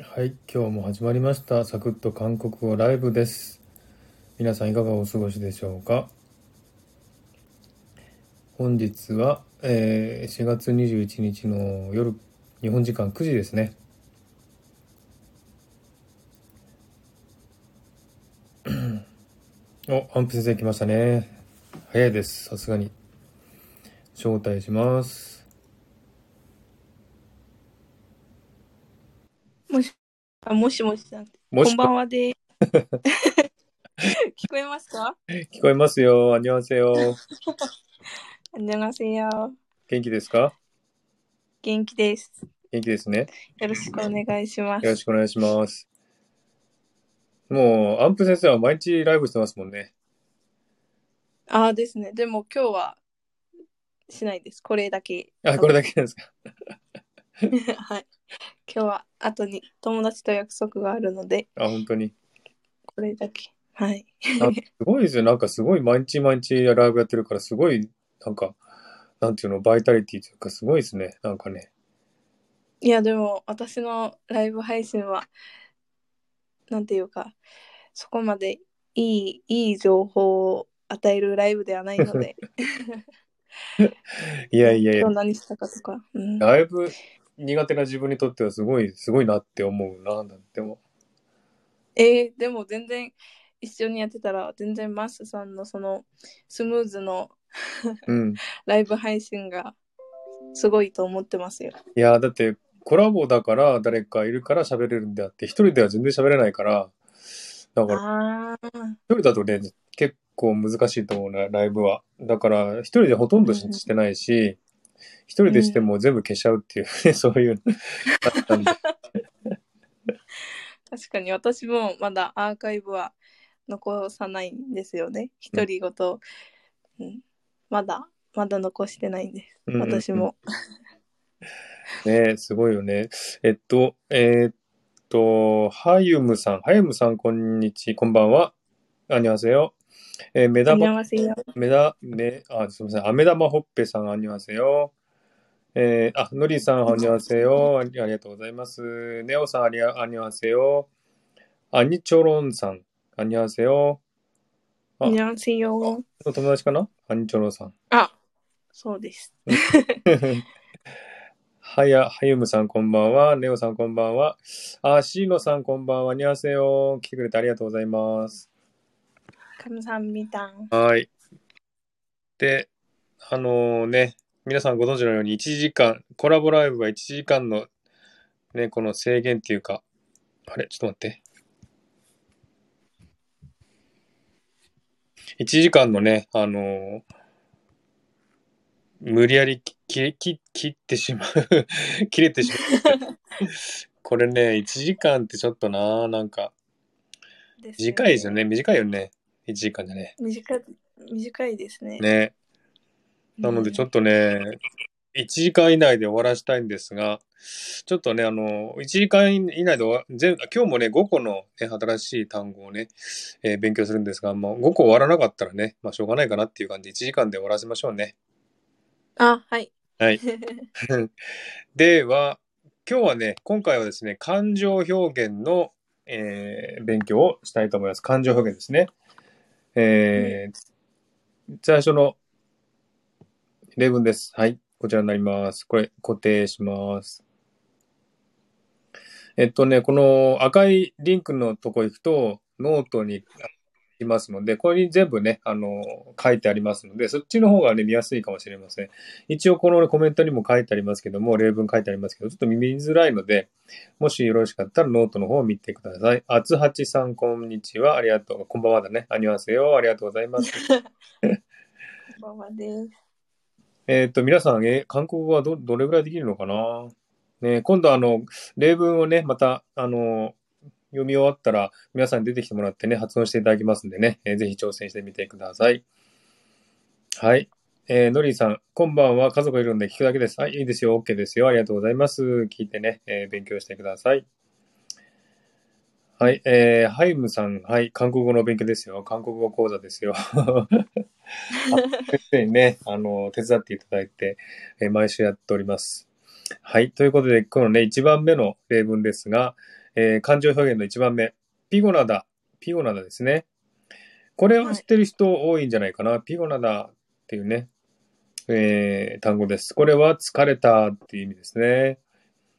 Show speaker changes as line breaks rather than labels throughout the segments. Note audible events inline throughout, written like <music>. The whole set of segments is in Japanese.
はい、今日も始まりました。サクッと韓国語ライブです。皆さんいかがお過ごしでしょうか本日は、えー4月21日の夜、日本時間9時ですね。 <coughs> お、アンプ先生来ましたね。早いです、さすがに。招待します。
もし、あもしもしさん、
も
こ
し
んばんはで <laughs> ーす。聞こえますか
聞こえますよ。アニョンセよ。
안녕하세요。
元気ですか
元気です。
元気ですね。
よろしくお願いしま
よろ
す。
しくお願いします。もう、アンプ先生は毎日ライブしてますもんね。
ああですね。でも今日はしないです。これだけ。
あ、これだけですか。
<laughs> はい。今日は後に友達と約束があるので、
あ、本当に。
これだけ。はい。
すごいですよ。なんかすごい毎日毎日ライブやってるから、すごい、なんか、なんていうの、バイタリティというか、すごいですね。なんかね。
いや、でも私のライブ配信は、なんていうか、そこまでいい、いい情報を与えるライブではないので、
いやいやいや
今、日何したかとか。うん
ライブ苦手な自分にとってはすごい、すごいなって思うな。だっても。
えーでも全然一緒にやってたら全然マスさんのそのスムーズの
うん。
ライブ配信がすごいと思ってますよ。
いや、だって、コラボだから、誰かいるから喋れるんであって、一人では全然喋れないから、だから、
ああ、
一人だとね、結構難しいと思うな、ライブは。だから、一人でほとんどし
うんうん
してないし、一人でしても全部消しちゃうっていう、 <laughs> ね、そういう、あったん
<laughs>
で
確かに私もまだアーカイブは残さないんですよね。
うん
独り言、うん、まだまだ残してないんです。
うんうんうん
私も。
ね、すごいよね。えっと、えーっと、ハユムさん、ハユムさん、こんにちは、こんばんは。あにわせよ。えー、メダ
こんに
バ
ちは。
メダ、メ、あ、すみません。アメ玉ほっぺさん、こんにちは。えー、あ、のりさん、こんにちは。ありありがとうございます。ネオさん、ありあ、こんにちは。アニチョロンさん、こんにちは。
こんにちは。
お友達かなアニチョロンさん。
あ、そうです。
はや、はゆむさん、こんばんは。ネオさん、こんばんは。あ、シーノさん、こんばんは。こんにちは。来てくれてありがとうございます。
カムサンミタン。
はい。で、あのね、皆さんご存知のように1時間、コラボライブは1時間のね、この制限っていうか、あれ、ちょっと待って。1時間のね、あの無理やりき切り切切ってしまう、 <laughs> 切れてしまう。これね、1時間ってちょっとな、なんか、
ですね
短いですよね、短いよね、1時間じゃね。
短い。短いですね。
ね。なので、ちょっとね、1時間以内で終わらしたいんですが、ちょっとね、あの、1時間以内で終わ全、今日もね、5個の、ね、新しい単語をね、えー勉強するんですが、もう5個終わらなかったらね、まあ、しょうがないかなっていう感じで、1時間で終わらせましょうね。
あ、はい。
はい。では、今日はね、今回はですね、感情表現の、えー勉強をしたいと思います。感情表現ですね。えー最初の例文です。はい、こちらになります。これ、固定します。えっとね、この赤いリンクのとこ行くと、ノートにいますので、これに全部ね、あの、書いてありますので、そっちの方がね、見やすいかもしれません。一応このコメントにも書いてありますけども、例文書いてありますけど、ちょっと耳づらいので、もしよろしかったらノートの方を見てください。あつはちさん、こんにちは。ありがとう。こんばんはだね。あにわせよ。ありがとうございます。
こんばんはです。
えっと、皆さん、え、韓国語はど、どれぐらいできるのかなね、今度あの、例文をね、また、あの、読み終わったら、皆さんに出てきてもらってね、発音していただきますんでね、えーぜひ挑戦してみてください。はい。えーのりさん、こんばんは。家族いるんで聞くだけです。はい、いいですよ。OK ですよ。ありがとうございます。聞いてね、えー勉強してください。はい、えーハイムさん、はい、韓国語の勉強ですよ。韓国語講座ですよ。 <laughs> 先生にね、あの、手伝っていただいて、えー毎週やっております。はい。ということで、このね、1番目の例文ですが、えー感情表現の1番目。ピゴナダ。ピゴナダですね。これを知ってる人多いんじゃないかな。ピゴナダっていうね、えー単語です。これは疲れたっていう意味ですね。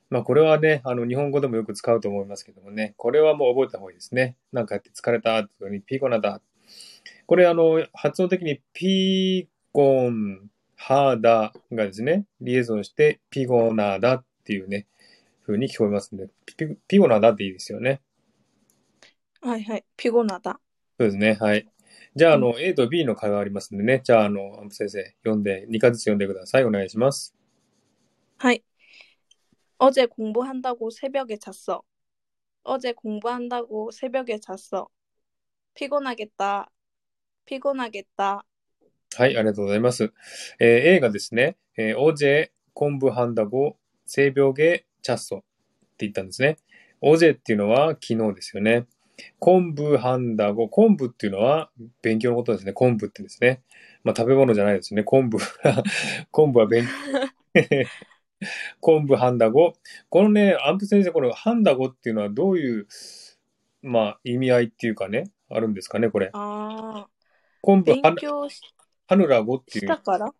まあこれはね、あの日本語でもよく使うと思いますけどもね、これはもう覚えた方がいいですね。なんかやって疲れたっていうにピゴナダ。これあの、発音的にピゴン、ハーダがですね、リエゾンしてピゴナダっていうね、風に聞こえますんで、ピピゴナダっていいですよね。
はいはい。ピゴナダ。
そうですね。はい。じゃあ、あ
う
の、A と B の会話ありますんでね。じゃあ、あの、アンプ先生、読んで、2回ずつ読んでください。お願いします。
はい어제공부한다고새벽에잤어어제공부한다고새벽에잤어피곤하겠다피곤하겠다
はい、ありがとうございます。えー A がですね、えー、おぜ、昆布ハンダゴ、性病ゲ、チャッソって言ったんですね。おぜっていうのは昨日ですよね。昆布ハンダゴ、昆布っていうのは勉強のことですね。昆布ってですね。まあ食べ物じゃないですね。昆布。昆布は <laughs> 勉強。 <laughs> 昆布ハンダゴ。このね、アンプ先生、このハンダゴっていうのはどういう、まあ意味合いっていうかね、あるんですかね、これ。
아
昆布
勉
ハン
強し
ハヌラゴってい
し
う
た。から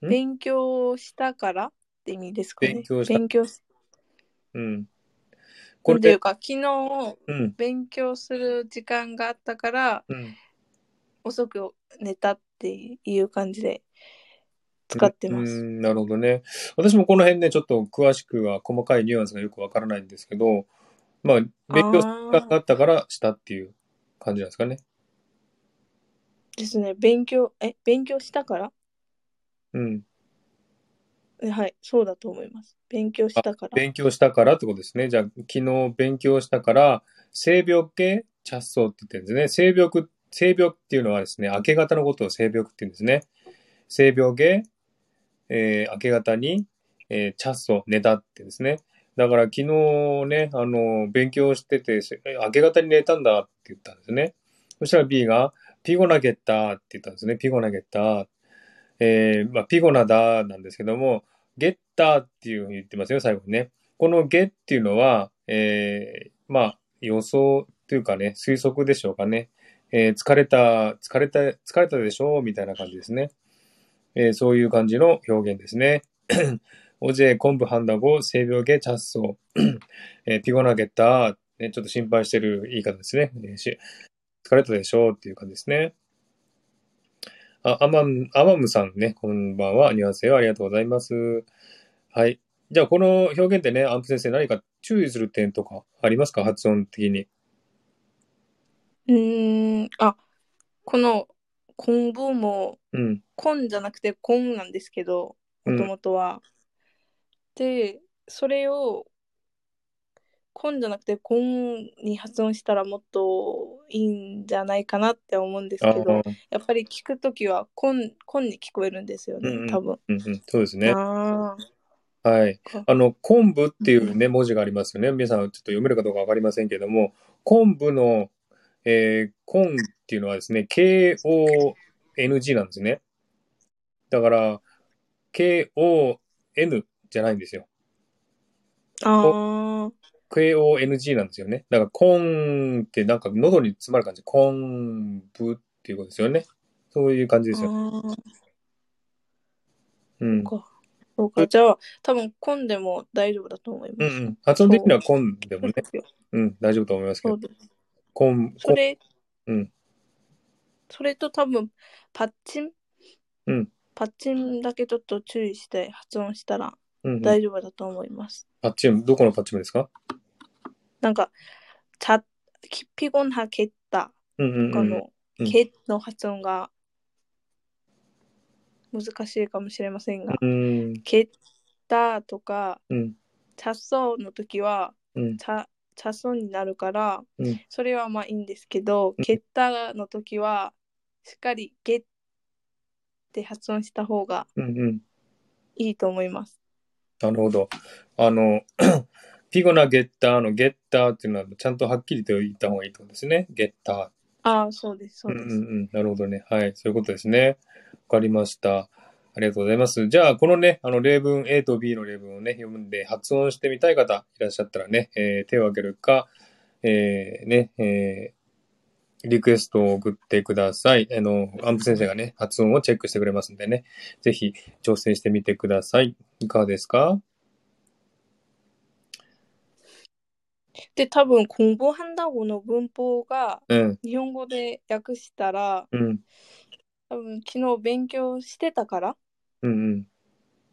勉強したからって意味ですかね
勉強した
勉強し
うん。こ
なんてい
れ
う、か昨日
うん。
勉強する時間があったから
うん。
遅く寝たっていう感じで使ってま
う
す。
んなるほどね。私もこの辺ね、ちょっと詳しくは細かいニュアンスがよくわからないんですけど、まあ、勉強がかったからしたっていう感じなんですかね。
ですね。勉強、え、勉強したから
うん。
えはい、そうだと思います。勉強したから。
勉強したからってことですね。じゃあ、昨日勉強したから、性病系チャッソーって言ってるんですね。性病、性病っていうのはですね、明け方のことを性病って言うんですね。性病系、えー明け方に、えーチャッソ、寝たってですね。だから昨日ね、あの、勉強してて、せえ明け方に寝たんだって言ったんですね。そしたら B が、ピゴナゲッターって言ったんですね。ピゴナゲッター。えーまあ、ピゴナだなんですけども、ゲッターっていうふうに言ってますよ、最後にね。このゲっていうのは、えーまあ、予想というかね、推測でしょうかね。えー疲れた、疲れた、疲れたでしょうみたいな感じですね。えーそういう感じの表現ですね。 <clears throat> おじえ、昆布ハンダゴ、性病ゲ、チャッソー、えーピゴナゲッター、ね、ちょっと心配してる言い方ですね。えーし疲れたでしょうっていう感じですね。あ、アマム、アマムさんね、こんばんは。ニュアンスありがとうございます。はい。じゃあ、この表現でね、アンプ先生、何か注意する点とかありますか発音的に。
うーん、あ、この、昆布も、
うん。
昆じゃなくて昆なんですけど、
う
もと
ん。
もとは。で、それを、昆じゃなくて昆に発音したらもっといいんじゃないかなって思うんです
あ
けど、
ー
やっぱり聞くときは昆、昆に聞こえるんですよ
うんう
ね、
ん。
多分。
うんうん。そうですね。
ああ、
はい。
か
あの、昆布っていうね、文字がありますよね。皆さん、ちょっと読めるかどうかわかりませんけども、昆布の、えー、昆っていうのはですね、K-O-N-G なんですね。だから、K-O-N じゃないんですよ。
ああ、
KONG なんですよね。だから、コンってなんか喉に詰まる感じ。コンブっていうことですよね。そういう感じですよ。
ああ。
うん。
そうか。そうか。じゃあ、多分混んでも大丈夫だと思い
うんう
ます。
ん。発音的にはコンでも
そう
ね、
ですよ。
うん、大丈夫と思いますけ
そ
ど
う。です。
コン、
そ
コン、
れ、
うん、
それと多分、パッチン
うん、
パッチンだけちょっと注意して発音したら
うん、うん。
大丈夫だと思います。
パッチン、どこのパッチンですか
なんか、チャきピゴンハケッタ
うん
とか
うんうん。
の、
うん
ケの発音が難しいかもしれませんが、
うん、
ケッタとか、
うん、
チャソの時は、
うん、
チャ、チャソになるから、
うん。
それはまあいいんですけど、ゲッターの時は、しっかりゲッって発音した方が
うんうん
いいと思います。
なるほど。あの、 <clears throat> ピゴなゲッターのゲッターっていうのは、ちゃんとはっきりと言った方がいいってことですね。ゲッター。
ああ、そうです、そうう
う
んで
ん
す。
うん、なるほどね。はい、そういうことですね。わかりました。ありがとうございます。じゃあ、このね、あの例文、A と B の例文をね、読んで発音してみたい方いらっしゃったらね、えー手を挙げるか、えーね、えーリクエストを送ってください。あの、アンプ先生がね、発音をチェックしてくれますんでね、ぜひ挑戦してみてください。いかがですか
근데多分 공부한다고는 문법가
うん、
일본어에 訳したら
うん、
多分昨日勉強してたから
うん、うん。
っ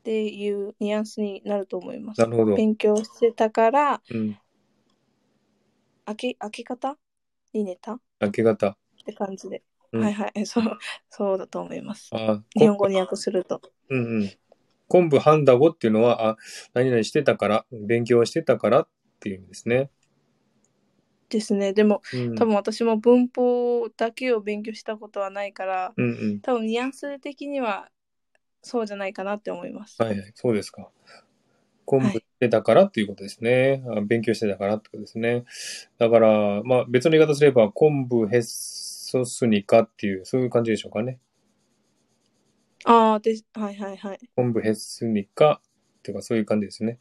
ていうニュアンスになると思います
な。るほど。
勉強してたから、
うん。
開け、開け方に寝たっ
明け方。
て感じで。
うん
はいはい、えそう、そうだと思います。
あ、
日本語に訳すると。
うんうん。昆布ハンダゴっていうのは、あ、何々してたから、勉強してたからっていう意味ですね。
ですね。でも、
うん、
多分私も文法だけを勉強したことはないから、
うんうん。
多分ニュアンス的にはそうじゃないかなって思います。
はいはい、そうですか。昆布
は
し
い
てたからっていうことですね。あ勉強してたからってことですね。だから、まあ別の言い方すれば、昆布ヘッソスニカっていう、そういう感じでしょうかね。
ああ、です。はいはいはい。
<laughs> 昆布ヘッスニカっていうか、そういう感じですね。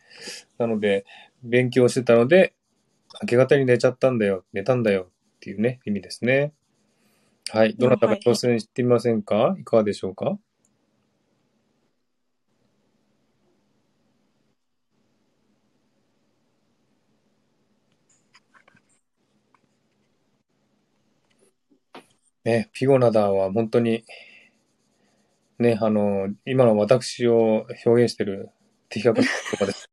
なので、勉強してたので、明け方に寝ちゃったんだよ、寝たんだよっていうね、意味ですね。はい。どなたか挑戦してみませんか、い、かがでしょうかね、ピゴナダーは本当に、ね、あの、今の私を表現してる的確な言葉です。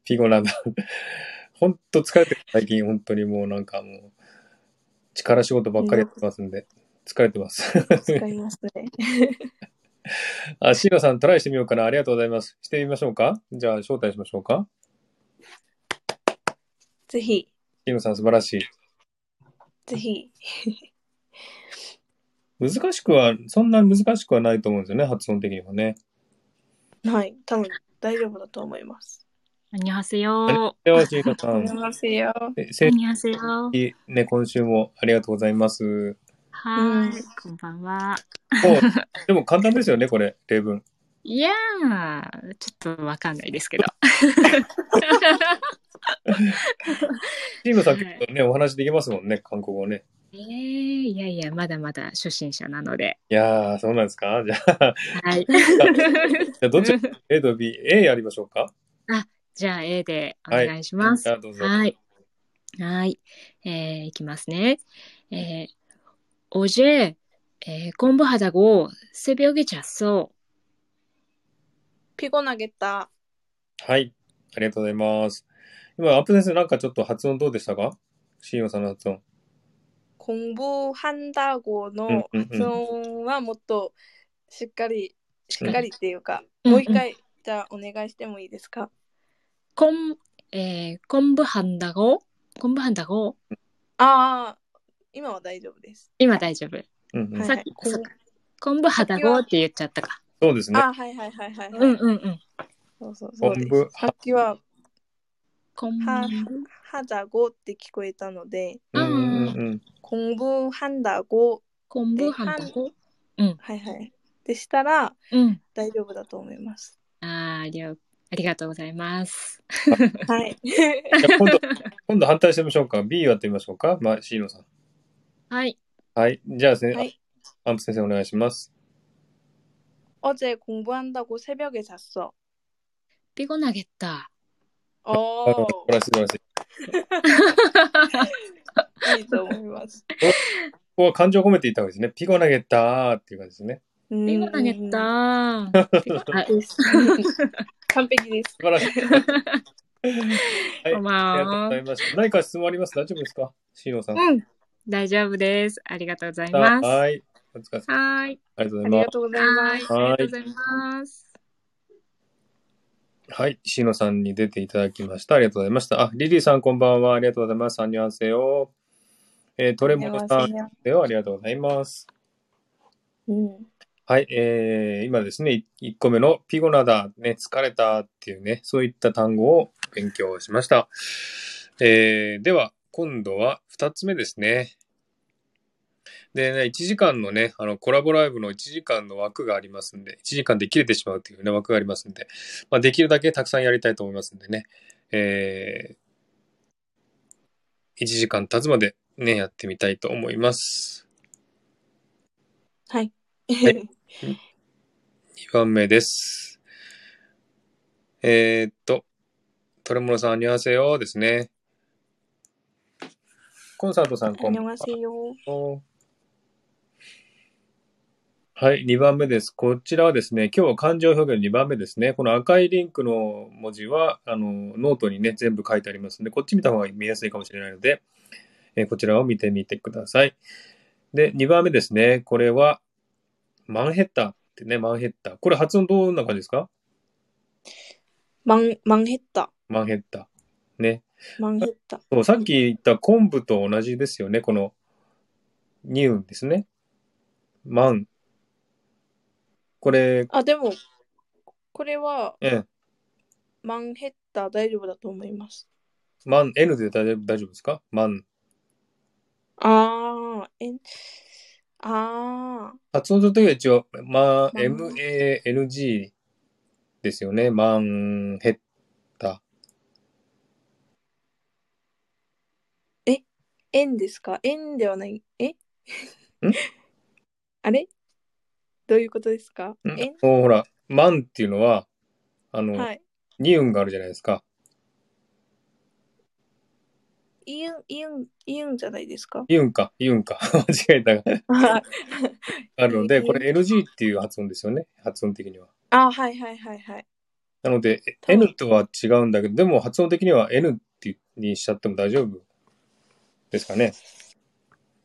<laughs> ピゴナダー。本当疲れてる、最近。本当にもうなんかもう、力仕事ばっかりやってますんで、疲れてます。 <laughs>
使いますね。
あ、シーナさんトライしてみようかな。ありがとうございます。してみましょうかじゃあ、招待しましょうか
ぜひ、
シーナさん素晴らしい。
ぜひ。
難しくは、そんなに難しくはないと思うんですよね、発音的にはね。
はい。多分大丈夫だと思います。
안녕하세요.
では、シーナさ
お
ん。
願いしよ
え先
안녕하세요.
ね、今週もありがとうござい
<laughs>
ます。
하이,
음.
건방와.
もう、でも簡単ですよね、これ、例文。
이야,ちょっとわかんないですけど.
チームさん、
はい
結構ね、お話できますもんね、韓国語ね。
예,いやいやまだまだ初心者なので
いやー、そうなんですか <laughs> じゃあ、
はい。 <laughs>
じゃあどっち A と B、A やりましょうか
じゃあ A でお願いし
は
ま
いじ
す。
ゃあどうぞ
はい。はい。えー、いきますね。えー、어제 에, 공부하다고 새벽에 잤어.
피곤하겠다.
はい、ありがとうございます。今、アップ先生、なんかちょっと発音どうでしたかシームさんの発音。
공부한다고
うん
の
うんう
発
ん。
音はもっとしっかり、しっかりっていうか、
うん
もう一回、じゃあお願いしてもいいですか
공, 에, 공부한다고 공부한다고
ああ、今は大丈夫です。
今大丈夫。
うんう
は
ん
い
さっ
はい
き、
こん
さっき昆布肌ごって言っちゃったか。
そうですね。
ああ、はいはいはいはい、
う
は
ん
い。
うんうん。
そうそうそう
本
で
部
す。、さっきは、
昆
は、
布。
はだごって聞こえたので、
うんうんうん。
공부한다고、
昆布肌ご。
はいはい。でしたら、
うん。
大丈夫だと思います。
ああ、りょありがとうございます。
<laughs>
はい。
じゃあ今度、 <laughs> 今度反対してみましょうか。B やってみましょうか。まあ、シーノさん。
はい。
はい。じゃあ、せん
はい
アンプ先生、お願いします。
어제 공부한다고 새벽에 잤어.
ピゴナゲッタ。
あの
어,
素晴らしい、素晴らしい。
이 너무ます
ここは感情を込めていったわけですね。ピゴ投げたーっていう感じですね。
음,
ピゴナゲッタ。ピゴあ
<laughs> 됐어. 깜빡이 됐어.
素晴らしい。はい。
こん
ありが
ば
とうご
ん
ざ。
はい
ました。何か質問あります大丈夫ですかシーノさん。
うん。大丈夫です。ありがとうございます。は
はい。お疲れ様。
ーい。
ありがとうございます。
はーい。
ありがとうございます。
ありがとうございます。
はい。シーノさんに出ていただきました。ありがとうございました。あ、リリーさんこんばんは。ありがとうございます。アンニュアンセヨえートレモノさん、
안녕하세요.
ではありがとうございます。
음,
はい、えー、今ですね、1個目のピゴナだ、ね、疲れたっていうね、そういった単語を勉強しました。えー、では、今度は2つ目ですね。でね、1時間のね、あの、コラボライブの1時間の枠がありますんで、1時間で切れてしまうというね、枠がありますんで、まあ、できるだけたくさんやりたいと思いますんでね、えー、1時間経つまでね、やってみたいと思います。
はい。 <laughs>
い2番目です。えー、っと、トレモロさん、アニュアセヨですね。コンサートさん、
こ
こ
ん
ん
に
ばん
녕하
は。
세요
はい、2番目です。こちらはですね、今日は感情表現2番目ですね。この赤いリンクの文字は、あの、ノートにね、全部書いてありますので、こっち見た方が見やすいかもしれないので、えーこちらを見てみてください。で、2番目ですね、これは、マンヘッタってね、マンヘッタ。これ発音どんな感じですか
망 망했다.
マンヘッタ。ね。
망했다.
そうさっき言った昆布と同じですよね、この、ニウンですね。マン。これ、
아,でもこれは
ええ、
망했다大丈夫だと思います。
マン、N で大丈夫大丈夫ですかマン。
ああ、えん、ああ、
発音するときは一応、まあ、
マン
M-A-N-G ですよね。マンヘッタ。
円ですか円ではない。え <laughs> あれどういうことですか
ん
円
もうほら、マンっていうのは、あの、
はい。
ニウンがあるじゃないですか。
イン、イン、インじゃないです <laughs> か
イウンか、イウンか。 <laughs> 間違えたが
あ
あるの
イ
で、
ウン
これ NG っていう発音ですよね。発音的には。
あ、はいはいはいはい。
なので、え
多分
N とは違うんだけど、でも発音的には N ってにしちゃっても大丈夫ですかね。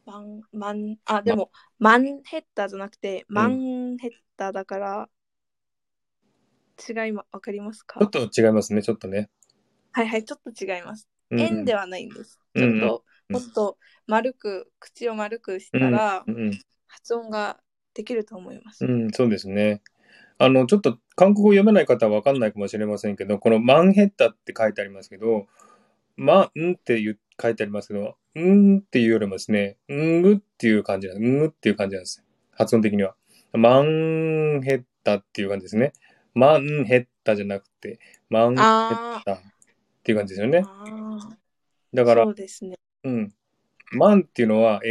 マン、マン、あ、でも、マンヘッダじゃなくて、マンヘッダだから、違いま、わかります
ちょっ
か
と違いますね、ちょっとね。
はいはい、ちょっと違います。
うん、
円ではないんです。
う
ちょ
ん
っと、
うん
もっと丸く、口を丸くしたら
う、んうん
発音ができると思います。
うん、そうですね。あの、ちょっと韓国語読めない方はわかんないかもしれませんけど、このマンヘッタって書いてありますけど、マンって言う書いてありますけど、んっていうよりもですね、んぐっていう感じなんです。んぐっていう感じなんです。発音的には。マンヘッタっていう感じですね。マンヘッタじゃなくて、マンヘッタっていう感じですよね。
あ
だ
あ、
から
そ、うですね。
うん。マンっていうのは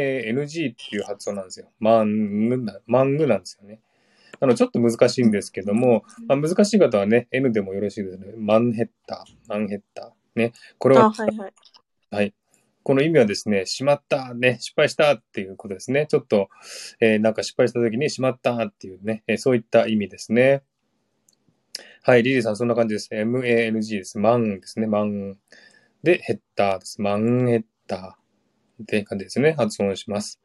MANG っていう発音なんですよ。マングな、マングなんですよね。なのでちょっと難しいんですけども、まあ、難しい方はね、N でもよろしいですね。マンヘッター、マンヘッター。ね。これ
あ、
は、
はいはい。
はい。この意味はですね、しまった、ね、失敗したっていうことですね。ちょっと、えーなんか失敗した時にしまったっていうね、えーそういった意味ですね。はい、リリーさん、そんな感じです。MANG です。マンですね、マン。で、ヘッダーです。マンヘッダーって感じですね。発音します。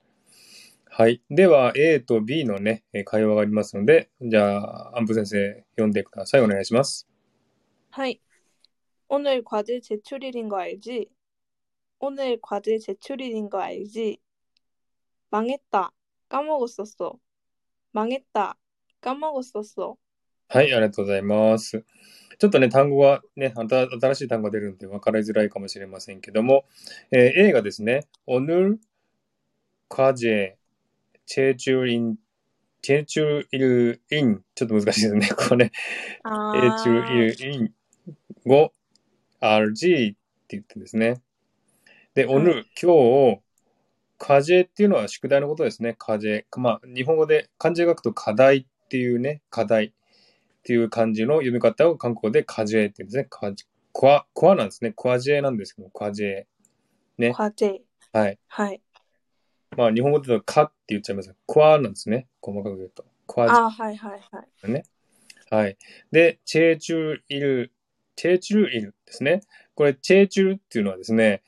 はい。では、A と B のね、えー会話がありますので、じゃあ、安部先生、読んでください。お願いします。
하이. 오늘 과제 제출일인 거 알지? 오늘 과제 제출일인 거 알지? 망했다. 까먹었었어. 망했다. 까먹었었어.
はい、ありがとうございます。ちょっとね、単語がね、あた新しい単語が出るので分かりづらいかもしれませんけども、えー A がですね、오늘과제제출인제출일인ちょっと難しいですね。これ、
아.
제출일인고 RG って言ってですね。で、오늘、
は
今日、課税っていうのは宿題のことですね。課税。まあ、日本語で漢字で書くと課題っていうね、課題っていう漢字の読み方を韓国語で課税って言うんですね。課税コア、コアなんですね。コアジェなんですけど、コアジェ。 네.
과제.
はい。
하이.
まあ、日本語でかって言っちゃいますが、コアなんですね。細かく言うと。コアジェ
아, 하이 하이 하이.
はい。で、チェチュイル、チェチュイルですね。これ、チェチュっていうのはですね、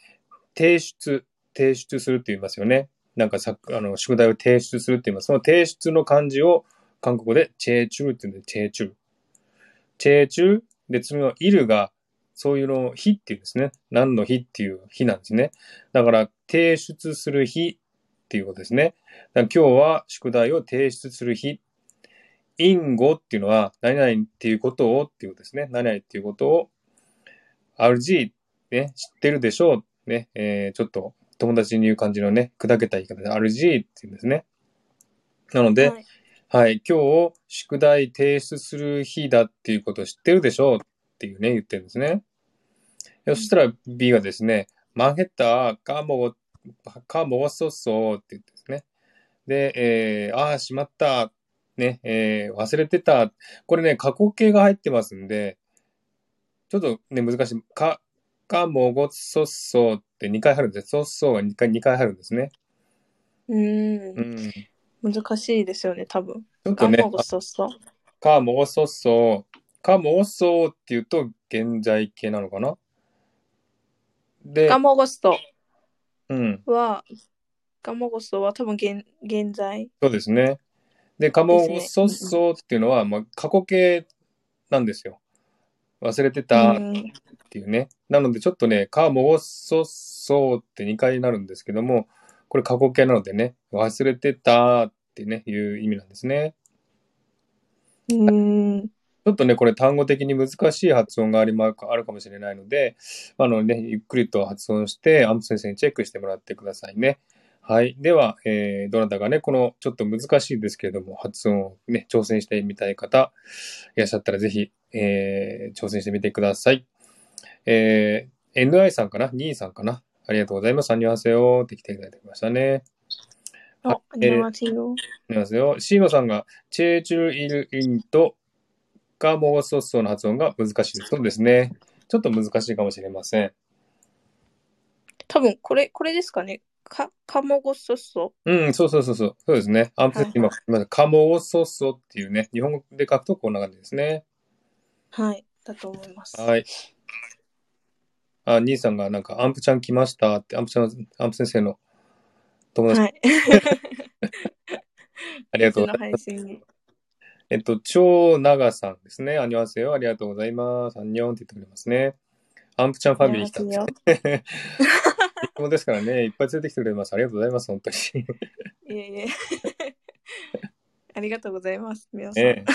提出、提出するって言いますよね。なんかさ、あの、宿題を提出するって言います。その提出の漢字を韓国語でチェチュって言うんで、チェチュ。チェチュで、次のイルが、そういうのを日っていうんですね。何の日っていう日なんですね。だから、提出する日っていうことですね。だから今日は宿題を提出する日因語っていうのは、何々っていうことをっていうことですね。何々っていうことを、RG、ね、知ってるでしょう。ね、えーちょっと友達に言う感じのね、砕けた言い方で RG って言うんですね。なので、
は
はいい、今日宿題提出する日だっていうことを知ってるでしょうっていうね、言ってるんですね。そしたら B がですね、マゲタ、カモ、カモソソって言ってですね。で、えー、ああ、しまった。ね、えー、忘れてた。これね、過去形が入ってますんで、ちょっとね、難しい。か、かもごそっそうって2回入るんです。そっそうが2回、二回入るんですね。
うー。
うんん。ち
難しいですよね、多分。
ょっと
ガン
ね
モ、ゴソッソ。
かもごそっそう。かもごそうって言うと、現在形なのかなで
ガ、モゴスト
うん。
は、ガモゴストは多分現現在。
そうですね。で、かもごそっそうっていうのは、まあ、過去形なんですよ。忘れてた。
うん
っていうね。なのでちょっとね、かもごそそうって2回になるんですけども、これ過去形なのでね、忘れてたってね、いう意味なんですね。
うん。
ちょっとね、これ単語的に難しい発音がありまあるかもしれないので、あのね、ゆっくりと発音して、アンプ先生にチェックしてもらってくださいね。はい。では、えー、どなたがね、このちょっと難しいですけれども、発音をね、挑戦してみたい方、いらっしゃったらぜひ、えー、挑戦してみてください。えー、NI さんかな ?2 さんかなありがとうございます。アンニュアンセヨーって来ていただいてましたね。
あ、アニマティオ。
いきますよ。シーノさんが、チェーチュルイルインとガモゴソッソの発音が難しいです。そうですね。ちょっと難しいかもしれません。
多分、これ、これですかね。か、カモゴソッソ。
うん、そうそうそうそう。そうですね。アンプセット今、今カモゴソッソっていうね、日本語で書くとこんな感じですね。
はい。だと思います。
はい。あ、兄さんがなんか、アンプちゃん来ましたって、アンプちゃん、アンプ先生の友達、 <laughs>
はい。
ありがとう
次
ござ
の
います。
配信に。
えっと、超長さんですね。アンニョンセヨ、ありがとうございます。アンニョンって言ってくれますね。アンプちゃんファミリー来たんですね <laughs> いつもですからね、いっぱい連れてきてくれます。ありがとうございます、本当に。
いえいえ。 <laughs> ありがとうございます。皆さん。
ね、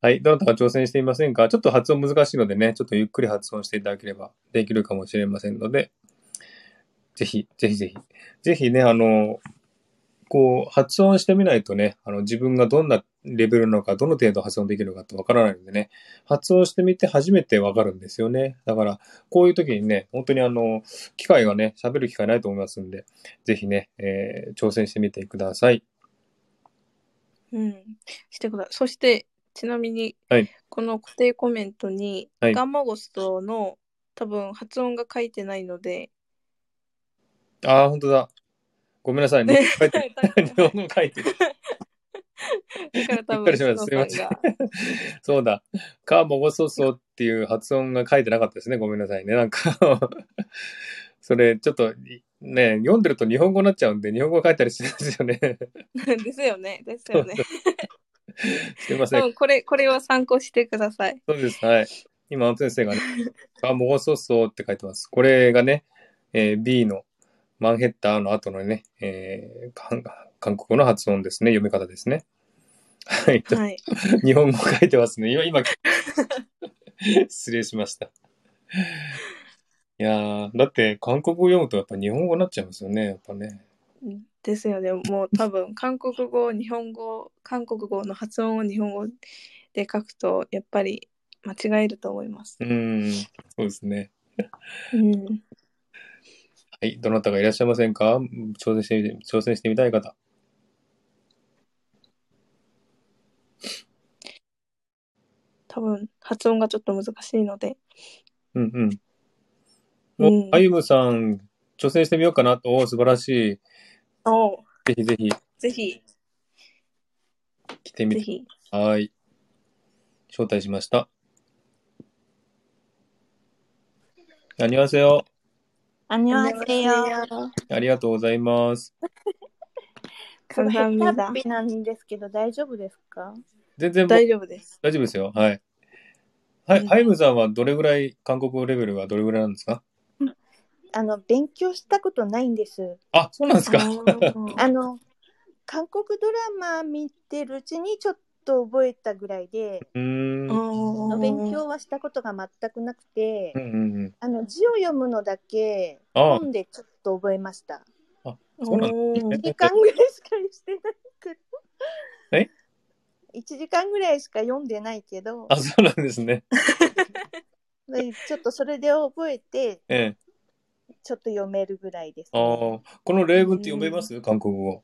はい、どなたが挑戦していませんかちょっと発音難しいのでね、ちょっとゆっくり発音していただければできるかもしれませんので、ぜひ、ぜひぜひ、ぜひね、あの、こう、発音してみないとね、あの、自分がどんなレベルなのか、どの程度発音できるのかってわからないのでね、発音してみて初めてわかるんですよね。だから、こういう時にね、本当にあの、機会がね、喋る機会ないと思いますんで、ぜひね、えー挑戦してみてください。
うん。してください。そして、ちなみに、
はい
この固定コメントに、
はい
ガンマゴストの多分発音が書いてないの
<laughs>
で、
ああ、本当だ。ごめんなさい。日本語書いてる。日本語書いてる。
だから多
びっく
分、
りしました
須藤
すい
さ
ま
んが
そうだ。か、もごそそっていう発音が書いてなかったですね。ごめんなさいね。なんか、それ、ちょっと、ね、読んでると日本語になっちゃうんで、日本語書いたりしてるんですよね。
<laughs> ですよね。ですよね。
すいませ
多
ん。
分これ、これを参考してください。
そうです。はい。今、アン先生がね、か、もごそそって書いてます。これがね、えー B のマンヘッダーの後のね、えー韓韓国語の発音ですね。読み方ですね。はい。
はい。
日本語書いてますね。今、今、失礼しました。いやー、だって韓国語読むとやっぱ日本語になっちゃいますよね、やっぱね。
ですよね。もう多分、韓国語、日本語、韓国語の発音を日本語で書くと、やっぱり間違えると思います
う。ーん、そうですね。
うん。
はい、どなたがいらっしゃいませんか挑戦してみて、挑戦してみたい方。
多分、発音がちょっと難しいので。
うんうん。
う
お
ん、
あゆむさん、挑戦してみようかなと、おー素晴らしい。
お
ぜひぜひ
ぜひ、
来てみ
ぜ
て。
ひ。
はーい。招待しました。何わせよ。
안녕하세요。
ありがとうございます。
これヘ
감사합니다
ッダッピなんですけど大丈夫ですか？
全然僕
大丈夫です。
大丈夫ですよ。はい。は
う
い、
ん
ハイムさんはどれぐらい、韓国語レベルはどれぐらいなんですか
あの勉強したことないんです。
あ、そうなんですか。
あー
あの韓国ドラマ見てるうちにちょっと覚えたぐらいで、
うーん。うん
お
あの勉強はしたことが全くなくて、
うんうん。
あの字を読むのだけ
ああ
本でちょっと覚えました。
そうなん
1時間ぐらいしかしてないけど。え ?1 時間ぐらいしか読んでないけど、
あ、そうなんですね。
でちょっとそれで覚えて、
ええ。
ちょっと読めるぐらいです、
ああ。この例文って読めます韓国語。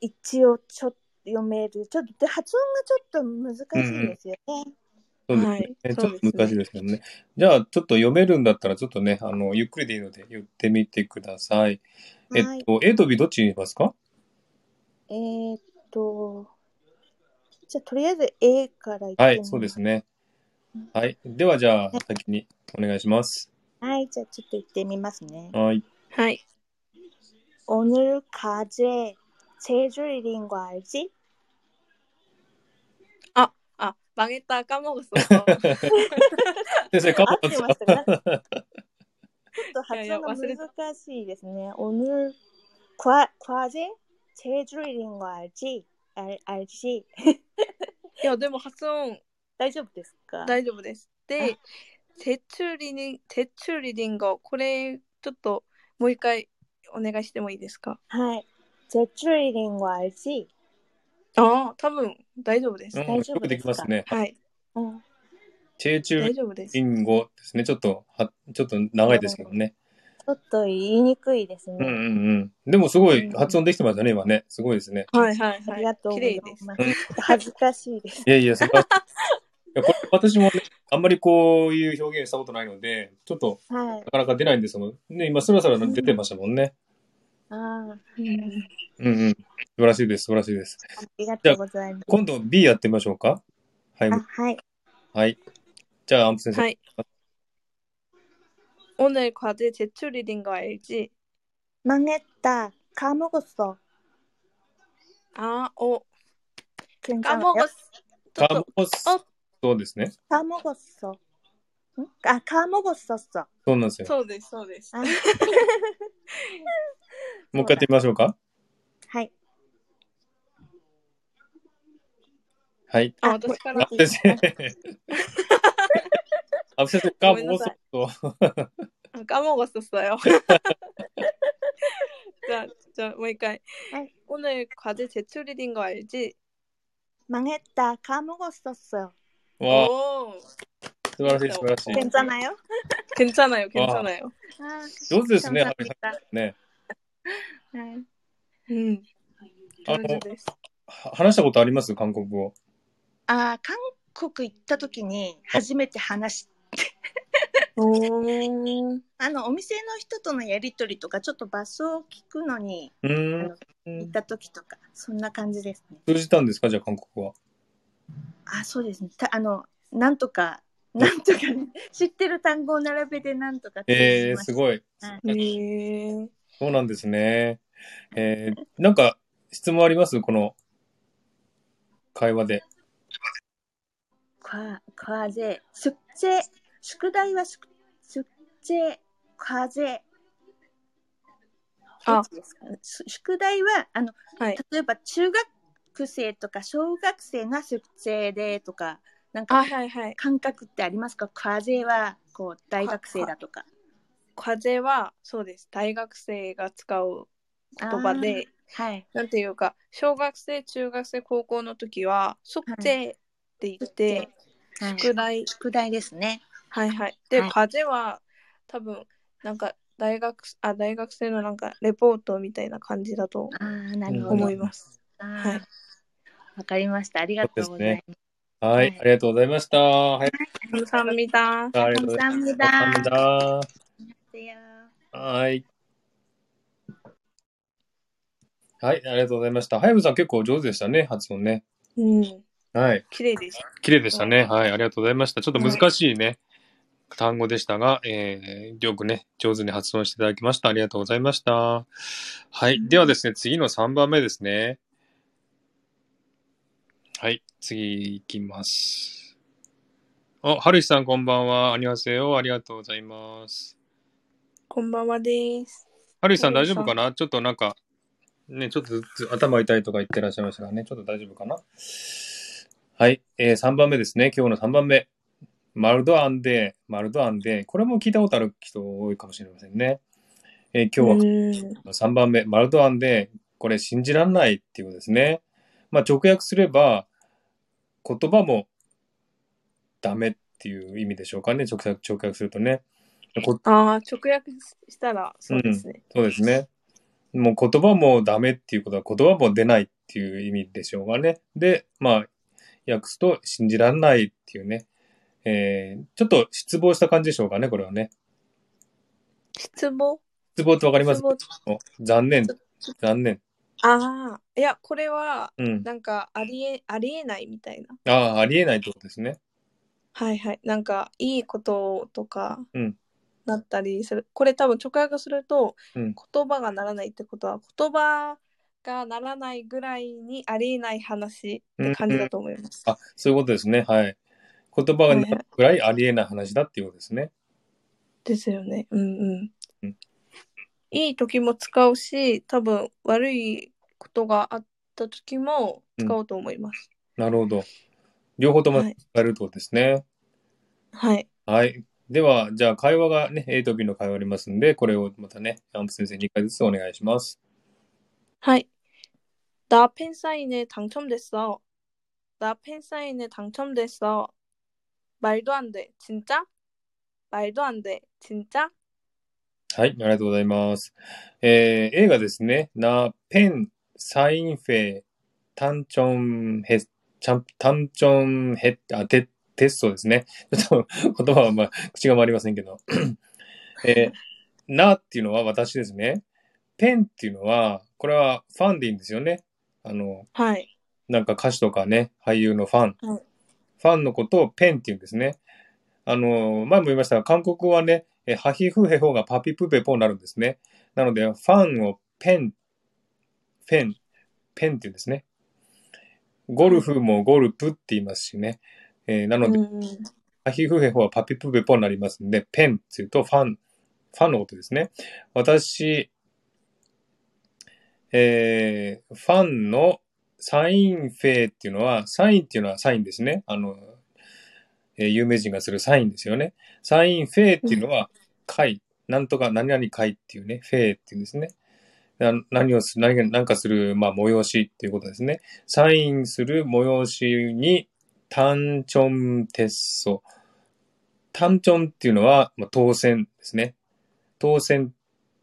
一応ちょっと読める。ちょっとで発音がちょっと難しいですよね。
そうです
はい
ね。ち
そ
ょ
う
っ
ですね
と難しいですけどね。じゃあ、ちょっと読めるんだったら、ちょっとね、あの、ゆっくりでいいので、言ってみてください。えっ
はい。
と、A と B どっちにいますか
えーっと、じゃあとりあえず A からいってみ
はい、そうですね。はい。では、じゃあ、先にお願いします。
はい、じゃあちょっと行ってみますね。
はい。
하이
오늘 과제 제주일인 거 알지?
아 망했다 까먹었어
先生、カバ
合ってましたかちょっと発音が
いやいや忘れた
難しいですね。오늘과 과제 제주일인 거 알지? 알 알지?
야でも発音
大丈夫ですか？
大丈夫です。で、手中リニ手中リリンゴ、これちょっともう一回お願いしてもいいですか。
はい。제주일인 거 알지?
ああ、多分大丈夫です。
うん、
大
よ
丈
く
夫ですか
できますね。
はい、
응.
チェーチュ
大
ー
丈夫です
リ。ンゴですね。ちょっと、は、ちょっと長いですけどね。
ちょっと言いにくいです
うん
ね。
うんうん。でもすごい
うん
発音できてましたね、今ね。すごいですね。
はいはい
あ
は
りが
い
と。うご
綺
ざい
麗です。
ま
うん
す。恥ずかしいです。
いやいや、そ
<laughs>
こはいやこれ私もね、あんまりこういう表現したことないので、ちょっと
はい
な。かなか出ないんですけど、ね、今スラスラ出てましたもんね。
あ
うん
うんうん。素晴らしいです、素晴らしいです。
あ、ありがとうございます。
今度 B やってみましょうか。はい。
あはい。
はい。じゃあ、アンプ先生。
はい。오늘과제제출일인거알지
망했다. 까먹었어.
아어
괜찮아
까
요?
먹었.ちょ
カ
っと
モス
あ
そうですね。
까먹었어. 응? 아, 까먹었었어.
そうなんですよ。
そうですそうです。
아,
もう一回やってみましょうか。
하이.
はい。
あ私から
あ。先生。 <laughs> あ先生、カモ
ごめんなさい
スと。
<laughs> 까먹었었어요. 자, 자, 뭐 그러니까
네.
오늘 과제 제출일인 거 알지?
망했다. 까먹었었어.
わあ、
오,
素晴らしい、素晴らしい。
괜찮아요?
괜찮아요, 괜찮아요.
아,
上手ですね、ハルさ
감사합니다.
んね。
네.
음,
あ
좋
の、
은주제스.
は話したことあります韓国語。
아, 한국行った時に初めて話し
오,
あの、お店の人とのやりとりとか、ちょっと場所を聞くのに
うーん。
行った時とか、そんな感じですね。
通じたんですかじゃあ、韓国語は。
あ、そうですね。たあの、なんとか、なんとか、知ってる単語を並べてなんとか
ええー、す
い。
ごい。
は
네.
そうなんですね。えー、なんか、質問ありますこの、会話で。
か、かぜ、宿題、宿題は宿、宿題、かぜ。
あ
どっちですかねす宿題は、あの、
하이.
例えば中学生とか小学生が宿題でとか、なんか
아, 、 하이, 하이.
感覚ってありますか風はこう大学生だとか。
과제와,そうです.大学生が使う言葉で、
はい。
なんていうか、小学生、中学生、高校の時は、숙제って言って、
はい
宿題
宿題ですね。
はいはい。で、
はい
風は多分、なんか大学、あ、大学生のなんかレポートみたいな感じだと
ああ、なるほど。
思
わ
います。はい
かりました。ありがとうございます。
は
はい
い、ありがとうございました。はい、
감사합니だ。
ありがとうございました。감사
감사합니다
합니다
ありがとうございます
はい。はい、ありがとうございました。はやぶさん結構上手でしたね、発音ね。
うん。
はい。
綺麗でした。
綺麗でしたね。はい、ありがとうございました。ちょっと難しいね、単語でしたが、えー、よくね、上手に発音していただきました。ありがとうございました。はい。ではですね、次の3番目ですね。はい、次いきます。あ、はるしさんこんばんは。ありがとうよ。ありがとうございます。
こんばんはです。
はるしさん
は
大
るし
丈
さん
夫かなちょっとなんか、ね、ちょっとずつ頭痛いとか言ってらっしゃいましたからね、ちょっと大丈夫かな。はい、えー、3番目ですね、今日の3番目。マルドアンデー、マルドアンデー。これも聞いたことある人多いかもしれませんね。えー今日は
うん
3番目、マルドアンで、これ信じらんないっていうことですね。まあ直訳すれば、言葉もダメっていう意味でしょうかね、直訳直訳するとね。こ
ああ、直訳したらそうですね。
そうですね。もう言葉もダメっていうことは言葉も出ないっていう意味でしょうがね。で、まあ、訳すと信じらんないっていうね。えーちょっと失望した感じでしょうかね、これはね。
失望
失望ってわかります
失望
残念
ちょ。
残念。
ああ、いや、これは、
うん。
なんか、ありえ、ありえないみたいな。
ああ、ありえないってことですね。
はいはい。なんか、いいこととか
うん、
なったりする。これ多分直訳すると、
うん
言葉がならないってことは、言葉がならないぐらいにありえない話って感じだと思います。
あ、そういうことですね。はい。言葉が
はいはい
ないぐらいありえない話だっていうことですね。
ですよね。うんうん。
うん
いい時も使うし、多分悪いことがあった時も使おうと思います。
なるほど。両方とも
は
使
い
えるってことですね。
はい。
はい。では、じゃあ会話がね、A と B の会話ありますんで、これをまたね、アンプ先生2回ずつお願いします。
하이. 나 팬사인회 당첨됐어. 나 팬사인회 당첨됐어. 말도 안 돼. 진짜? 말도 안 돼. 진짜?
はい、ありがとうございます。えー、A がですね、な、ペン、サインフェ、タンチョンヘ、チャン、タンチョンヘ、あ、テ、テストですね。ちょっと言葉は、まあ、口が回りませんけど。 <clears throat> えー、なっていうのは私ですね。ペンっていうのは、これはファンでいいんですよね。あの、
하이.
なんか歌手とかね、俳優のファン。
はい
ファンのことをペンって言うんですね。あの、前も言いましたが、韓国はね、えハヒフヘホがパピプペポになるんですね。なので、ファンをペン、ペン、ペンって言うんですね。ゴルフもゴルプって言いますしね。えーなので、
음,
ハヒフヘホはパピプペポになりますんで、ペンって言うとファン、ファンのことですね。私、えーファンのサインフェっていうのは、サインっていうのはサインですね。あの、えー有名人がするサインですよね。サインフェっていうのは、会、なんとか何々会っていうね、フェっていうんですね。な何をする、何が何かする、まあ、催しっていうことですね。サインする催しに、単チョンテッソ。単チョンっていうのは、まあ、当選ですね。当選、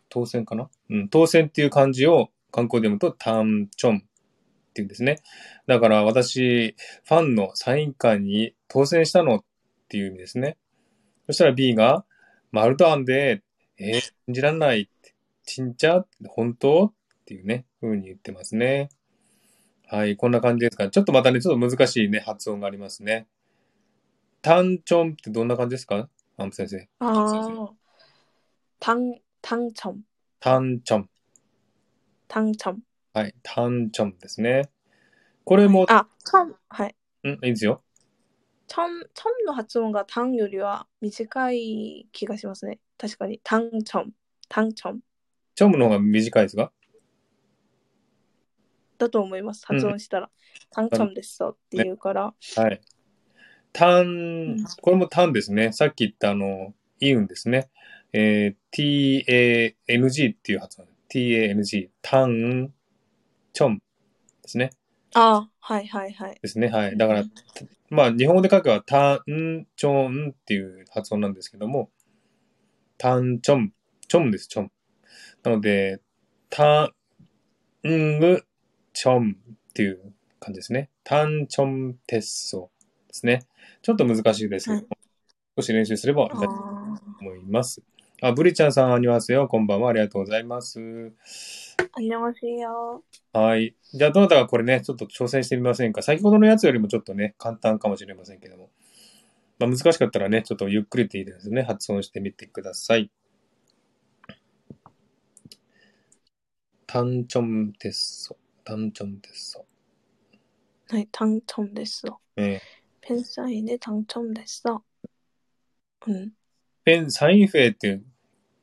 当選かなうん、当選っていう漢字を観光で読むと、単チョンっていうんですね。だから私、ファンのサイン会に当選したのっていう意味ですね。そしたら B が、マルドアンで、えー信じらんないって、ちんちゃ本当っていうね、風に言ってますね。はい、こんな感じですか。ちょっとまたね、ちょっと難しいね、発音がありますね。単チョンってどんな感じですかアンプ先生。
아,
음。
당, 당첨,
単チョン。
당첨.
はい、単チョンですね。これも、
아, 첨, 하이.
うん、いいですよ。
첨, 첨의 발음과 당 요리와 미지카이 기가 시마스네.確かに. 당첨, 당첨.
チョムの方が短いですが
だと思います.
음.
발음 したら. 당첨됐어.っていうから.
はい。単
ん
これも単ですね。さっき言ったあの、イウンですね。えー TANG っていう発音。TANG。単チョンですね。
아, 하이, 하이, 하이.
ですね。はい。だから、まあ、日本語で書けば、タンチョンっていう発音なんですけども、タンチョン、チョンです、チョン。なので、タングチョンっていう感じですね。タンチョンテッソですね。ちょっと難しいですけども、少し練習すれば大丈夫です
あ
と思います。あ、ブリちゃんさん、こんにちは。こんばんは。ありがとうございます。
あ、にゃませよ。
はい。じゃあ、どなたがこれね、ちょっと挑戦してみませんか。先ほどのやつよりもちょっとね、簡単かもしれませんけども。まあ、難しかったらね、ちょっとゆっくりでいいですね。発音してみてください。単チョンテッソ。単チョンテッソ。
はい、당첨됐어。
えー
팬사인회 당첨됐어. 응.
ペン、サインフェイって、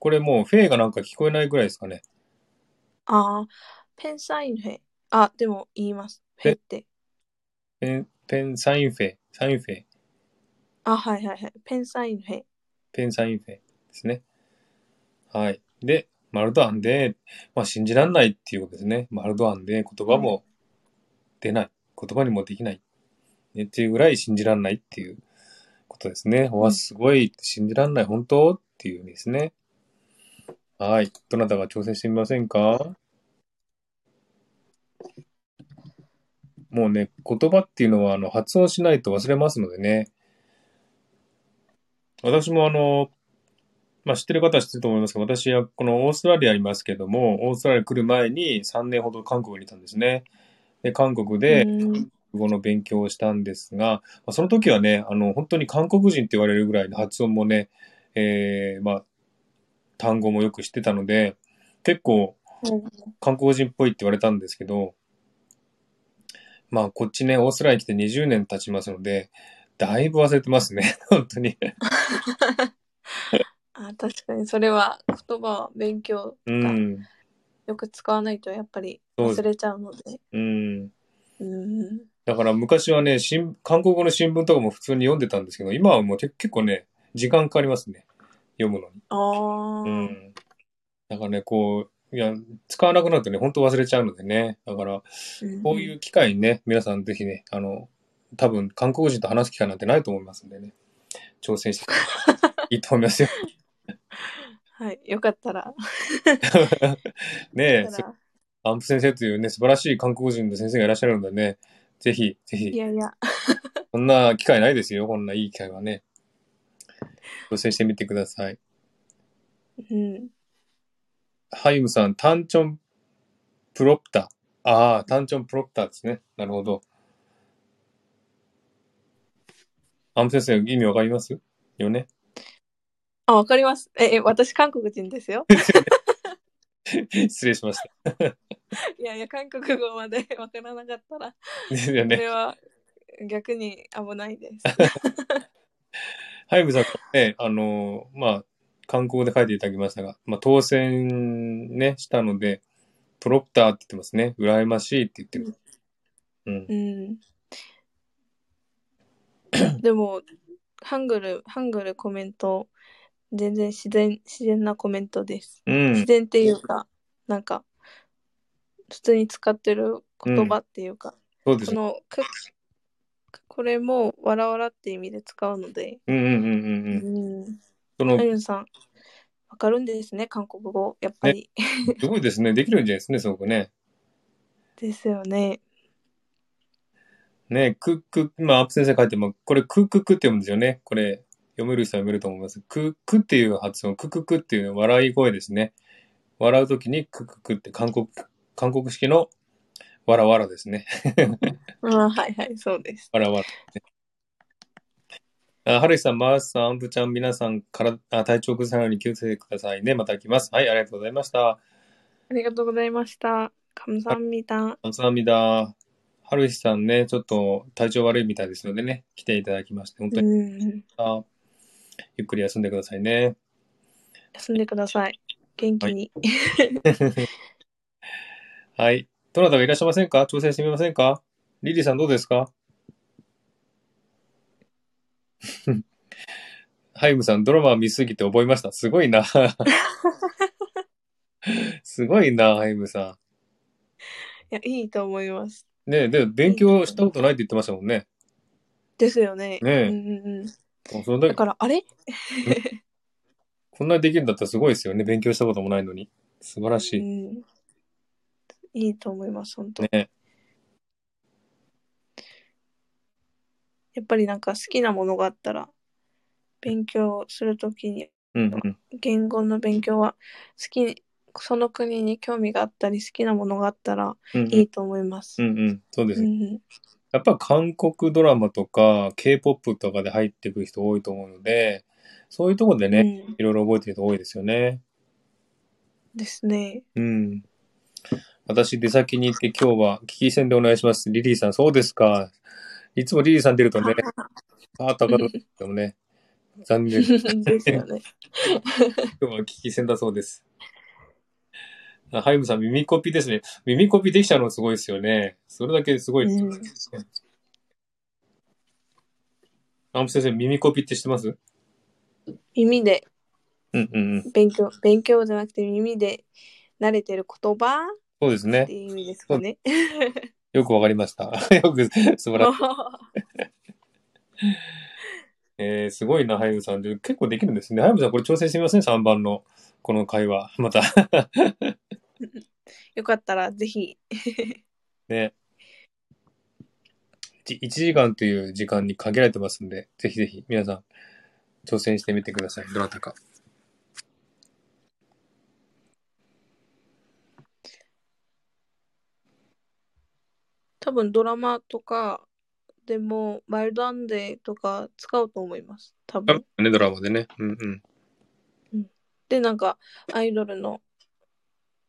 これもうフェイがなんか聞こえないぐらいですかね。
아,ペンサインへ。あ、でも言います。へって。
ペン、ペンサインフェ、サインフェ、
あ、はいはいはい。ペンサインへ。
ペンサインフェですね。はい。で、マルドアンで、まあ、信じらんないっていうことですね。マルドアンで言葉も出ない。言葉にもできない。ね、っていうぐらい信じらんないっていうことですね。わ、すごい。信じらんない。本当っていう意味ですね。はい。どなたが挑戦してみませんかもうね、言葉っていうのは、あの、発音しないと忘れますのでね。私もあの、まあ、知ってる方は知ってると思いますけど、私はこのオーストラリアにいますけども、オーストラリアに来る前に3年ほど韓国にいたんですね。で、韓国で
うん
韓国語の勉強をしたんですが、まあその時はね、あの、本当に韓国人って言われるぐらいの発音もね、えー、まあ、単語もよく知ってたので、結構韓国人っぽいって言われたんですけど、まあ、こっちね、オーストラリアに来て20年経ちますので、だいぶ忘れてますね、 <laughs> 本当に。
あ、確かにそれは言葉は勉強
う
とか
ん。
よく使わないとやっぱり
そうです
忘れちゃうので。
うん。
うん。
だから昔はね、新、韓国語の新聞とかも普通に読んでたんですけど、今はもうて結構ね、時間かかりますね。読むのに。
ああ、
うん。だからね、こう、いや、使わなくなるとね、本当忘れちゃうのでね。だから、
うん
こういう機会にね、皆さんぜひね、あの、多分、韓国人と話す機会なんてないと思いますんでね、挑戦して
<laughs>
いいと思いますよ。
はい、よかったら。
ねえ
よかっ、たら
アンプ先生というね、素晴らしい韓国人の先生がいらっしゃるのでね、ぜひ、ぜ
い
ひ、
やいや、
こんな機会ないですよ、こんないい機会はね。挑戦してみてください。
うん。
ハイムさん、タンチョンプロプター。ああ、タンチョンプロプターですね。なるほど。アンプ先生、意味わかりますよね。 <laughs>
あ、わかります。え、え私、韓国人ですよ。 <laughs>
失礼しまし
いやいや、韓国語まで <laughs> わからなかったら、
た。 <laughs> ですよ
そ
ね。
れは逆に危ない
<laughs>
です。
ハイムさん、ね、あの、まあ、観光で書いていただきましたが、まあ、当選ね、したので、プロプターって言ってますね。羨ましいって言ってる。うん
う。ん。でも、ハングル、ハングルコメント、全然自然、自然なコメントです。
う
自
ん。
然っていうか、なんか、普通に使ってる言葉っていうか、
そうです
こ。の、くこれも、わらわらって意味で使うので、
うんうんうんうんうん。
うん。
そ
は
の、
ゆんさん、わかるんですね、韓国語。やっぱり。
すごいですね。できるんじゃないですね、すごくね。
ですよね。
ね、クック、今、アップ先生書いても、これ、クッククって読むんですよね。これ、読める人は読めると思います。クックっていう発音、クッククっていう笑い声ですね。笑うときに、クッククって韓国、韓国式の、わらわらですね。 <laughs>
うん、はいはい、そうです。
わらわら。あはるきさん、まーすさん、あんぶちゃん、皆さんからあ体調崩さないように気をつけてくださいね。また来ます。はい、ありがとうございました。
ありがとうございました。감사합니다。
おさみだ。はるきさんね、ちょっと体調悪いみたいですのでね、来ていただきまして、本当
う
に、
ん。
あゆっくり休んでくださいね。
休んでください。元気に。
はい。どなたがいらっしゃいませんか挑戦してみませんかリリーさんどうですか <laughs> ハイムさん、ドラマ見すぎて覚えました。すごい
<laughs>
な。すごいな、ハイムさ
いや、いいと思います。
ん。ねえ、で、勉強したことないって言ってましたもんね。
ですよね。
ねえ
うんうんう
も
ん。
うそれだ
だ
け
から、あれ
こんなにできるんだったらすごいですよね。勉強したこともないのに。素晴らし
う
い。
ん。いいと思います、本当。
ね
やっぱりなんか好きなものがあったら、勉強するときに、
うんうん。
言語の勉強は好き、その国に興味があったり、好きなものがあったら
うんうん
いいと思います。
うんうん。そうです
う
ね。
ん
やっぱ韓国ドラマとか K-POP とかで入ってくる人多いと思うので、そういうところで
う
ね、
ん。
いろいろ覚えてる人多いですよね。
ですね。
うん。私、出先に行って今日は危機戦でお願いします。リリーさん、そうですか。いつもリリーさん出ると
<laughs>
ね、あー、高くなってもね、残
<laughs>
念です。
ですよね。
今日は危機戦だそうです。あハイムさん、耳コピですね。耳コピできたのすごいですよね。それだけすごいですよね。アンプ先生、耳コピって知ってます
耳で
うんうんうん。
勉強、勉強じゃなくて耳で慣れてる言葉
そうです
って
ね。
いう意味ですかね。
よくわかりました。 <laughs> よく、素晴らしい。えー、すごいな、ハイムさん。で結構できるんですね。ハイムさん、これ挑戦してみません ?3 番の、この会話。また。
<laughs>
<laughs>
よかったらぜひ。
ね。じ1時間という時間に限られてますんで、ぜひぜひ皆さん挑戦してみてください。どなたか。
多分ドラマとかでも、マイルドアンデーとか使うと思います。多分。
ね、ドラマでね。うんうん。
で、なんか、アイドルの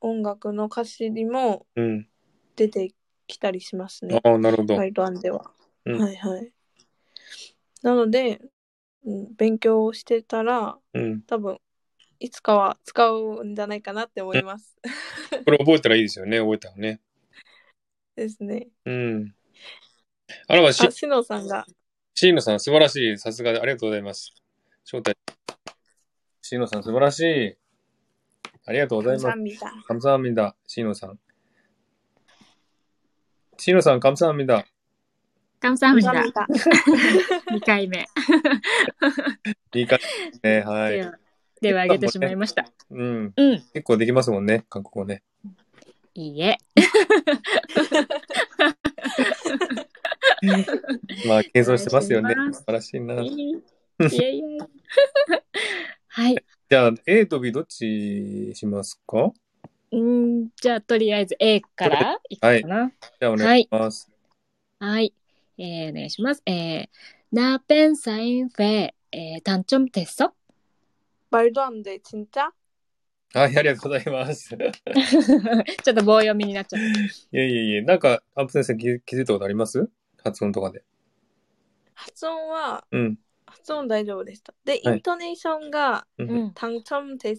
音楽の歌詞にも
うん。
出てきたりしますね。
ああ、なるほど。
マイルドアンデーは。
うん
はいはい。なので、うん勉強してたら、
うん。
多分、いつかは使うんじゃないかなって思います。
これ覚えたらいいですよね、覚えたらね。
ですね。
うん。あらば、し
あ、、しのさんが、
シーノさん、素晴らしい。さすがで、ありがとうございます。招待。シーノさん、素晴らしい。ありがとうございます
さ。んみたい。
カムサハミダ、シーノさん。シーノさん、カムサハミダ。
감사합니
さん
다
み。た。
2回目。
いい感じです
<laughs>
ね。は
手
い
を。手を挙げてしまいました。
うん。
うん。
結構できますもんね、韓国語
<laughs>
ね。
いいえ。
まあ、謙遜してますよね
お願いしま。す
素晴らしいな。
いえ <laughs> いえ。はい。
じゃあ、A と B どっちしますか
うんじゃあ、とりあえず A からいくかな。
じゃあ、お願いします。
はい。えー、お願いします。えー、나뺀사인회에당첨됐어
マイルドアンデー、ちんちゃ
はい、ありがとうございます。 <laughs> い
<laughs> ちょっと棒読みになっちゃっ
やいやいや、なんか、アップ先生気気づいたことあります発音とかで。
発音は、
うん。
発音大丈夫でした。で、
はい
イントネーションが、
う。
た。うんん。
당첨됐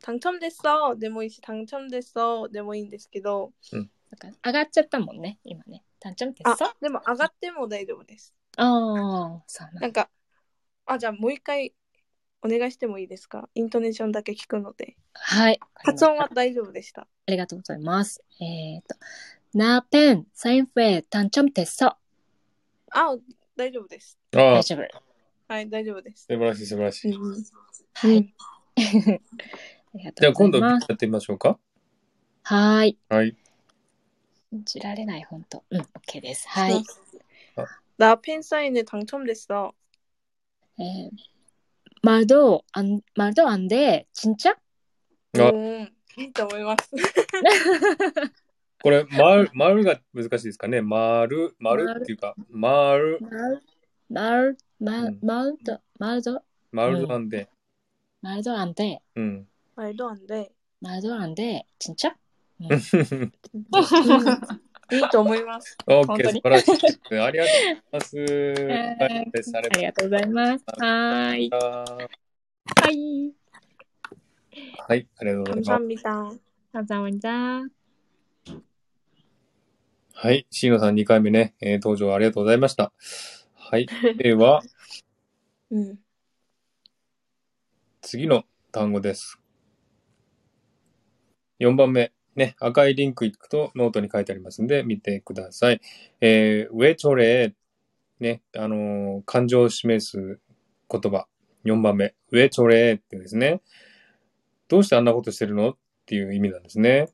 당첨됐어でもいいし당첨됐어でもいいんですけど
なんか上がっちゃったもんね、今ね。당첨됐
あ
어
でも上がっても大丈夫です
ああ、そう
なん
なだ。
んかあじゃあもう一回お願いしてもいいですかイントネーションだけ聞くので
はい。
発音は大丈夫でした
ありがとうございます。えっ、と、ナペンサインフェイ単調テスト。
あ大丈夫です
ああ、
大
素
丈夫。
はい大丈夫です、
晴らしい、素晴らし
う
い。
ん、
はい。 <laughs> ありが
じゃ
と
あ、
うご
今度、
ざ
B
い
や
ます。
ってみましょうか。
はい。
はい。
信じられない、本当。うん、OK です。はい。
나펜사인에당첨됐어
えー、말도안말도안돼진짜
あ
うんいいと思います
これ、丸、丸が難しいですかね。丸、丸っていうか、丸、
말말
음.
말도말도
丸なんで。
말도안돼
うん。 <laughs>
말도안돼
말도안돼진짜
いいと思います
オッ
本
ケー、
当
素
に
晴らしいです。ありがとうございます。
えー
はいですあり
ありがとうございます。はーい。
がとうございま
はい。
した。はい、ありがとうござい
감
ま
사합니다
감사합니다
す。はい、シーノさん2回目ね、えー登場ありがとうございました。はい、では、
うん
次の単語です。4番目。ね、赤いリンク行くとノートに書いてありますんで、見てください。えー、ウェチョレー、ね、あのー感情を示す言葉。4番目。ウェチョレーっていうんですね。どうしてあんなことしてるのっていう意味なんですね。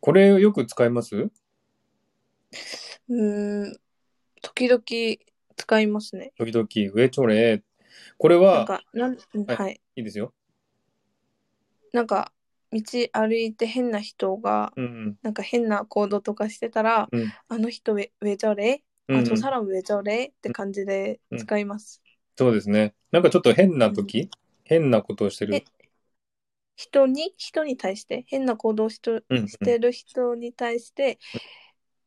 これをよく使います
うーん、時々使いますね。
時々、ウェチョレー。これ
なん
は、
か、なん、うん
はい
はい。
いいですよ。
なんか、道歩いて変な人が、
うん
なんか変な行動とかしてたら、
うん。
あの人ウェ、ウェジョレ
うん、う
あ、
ん
ちょ、サランウェジョレって感じで使います。
そうですね。なんかちょっと変な時、変なことをしてる
え。人に、人に対して、変な行動しと
うん、うん
してる人に対して、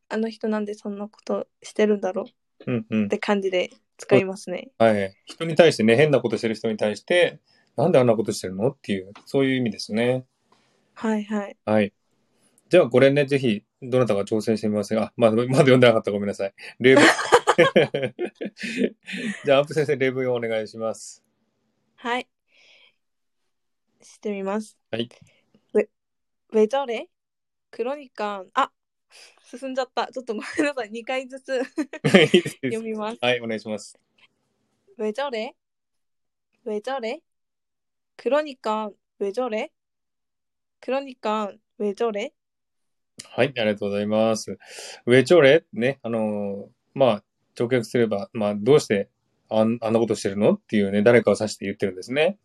あの人なんでそんなことしてるんだろう
う
っ
んうん。
て感じで使いますね。
はい。人に対してね、変なことしてる人に対して、なんであんなことしてるのっていう、そういう意味ですね。
はいはい。
はい。じゃあこれね、ぜひ、どなたか挑戦してみませんが、あまだ、まだ読んでなかった。ごめんなさい。例
<laughs>
文。じゃあ、アップ先生、例文をお願いし
<laughs>
ます。
はい。してみます。
はい。
왜왜저래그러니까아進んじゃった。ちょっとごめんなさい。2回ずつ
いいです
読みます。
はい、お願いします。
왜 저래? 왜 저래? 그러니까 왜 저래? 그러니까 왜 저래?
はい、ありがとうございます。ウェチョレね、あのー、まあ、直訳すれば、まあ、どうしてあんあんなことしてるのっていうね、誰かを指して言ってるんですね。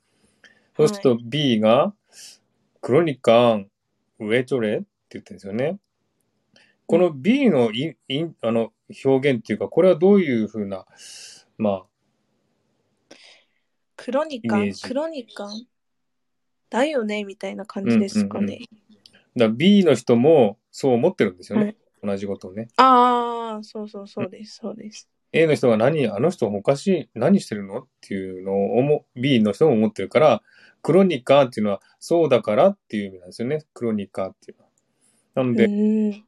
そうすると B が、クロニカン、ウェチョレって言ってるんですよね。この B のいいあの表現っていうか、これはどういうふうな、ま
그러니까
이미지.
그러니까 だよねみたいな感じですかね。
あ、だ B の人もそう思ってるんですよね。
はい
同じことをね。
ああ、そうそうそうです、そうです。
A の人が何、あの人おかしい、何してるのっていうのを思う、B の人も思ってるから、クロニカっていうのは、そうだからっていう意味なんですよね。クロニカっていうのは。なの
う
で、
ーん。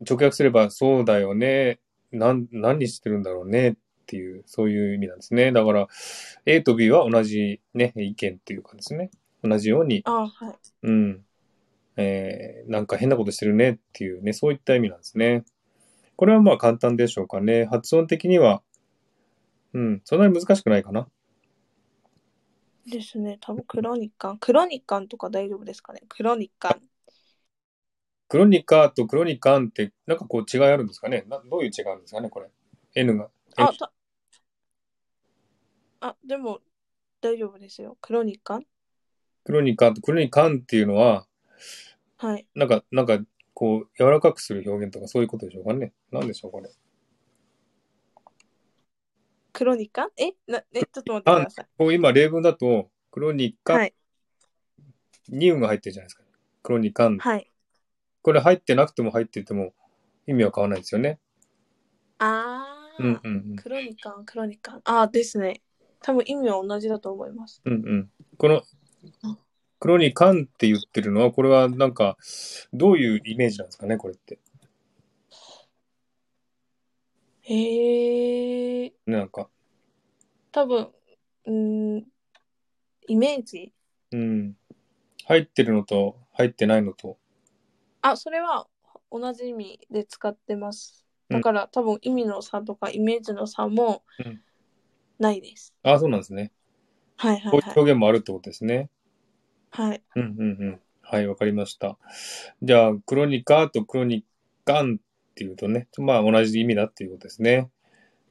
直訳すれば、そうだよね。なん、何してるんだろうねっていう、そういう意味なんですね。だから、A と B は同じね、意見っていうかですね。同じように、
ああ、はい。
うん。えー、なんか変なことしてるねっていうね、そういった意味なんですね。これはまあ簡単でしょうかね。発音的には、うん、そんなに難しくないかな。
ですね。多分クロニカン。クロニカンとか大丈夫ですかね。クロニカン。
クロニカとクロニカンって、なんかこう違いあるんですかねなどういう違いなんですかねこれ。N が。
あ、たあ、でも大丈夫ですよ。クロニカン。
クロニカとクロニカンっていうのは、
はい。
なんか、なんか、こう、柔らかくする表現とかそういうことでしょうかね。なんでしょうこれ。
クロニカンえなえ、ちょっと待ってください。
こう今、例文だと、クロニカ、
はい。
ニウが入ってるじゃないですか。クロニカン。
はい。
これ入ってなくても入ってても意味は変わらないですよね。
ああ、
うんうんうん。
クロニカン、クロニカン。ああ、ですね。多分意味は同じだと思います。
うんうん。この、クロニカンって言ってるのは、これはなんか、どういうイメージなんですかねこれって。
へえー、
ねなんか。
多分、うーん、イメージ
うん。入ってるのと、入ってないのと。
あ、それは同じ意味で使ってま
う
す。
ん
だから多分意味の差とかイメージの差も
うん
ないです。
ああ、そうなんですね。
はいは
こ
い
い
う
う
はい。
表現もあるってことですね。
はい、
うんうんうん。はい、わかりました。じゃあ、クロニカとクロニカンっていうとね、まあ同じ意味だっていうことですね。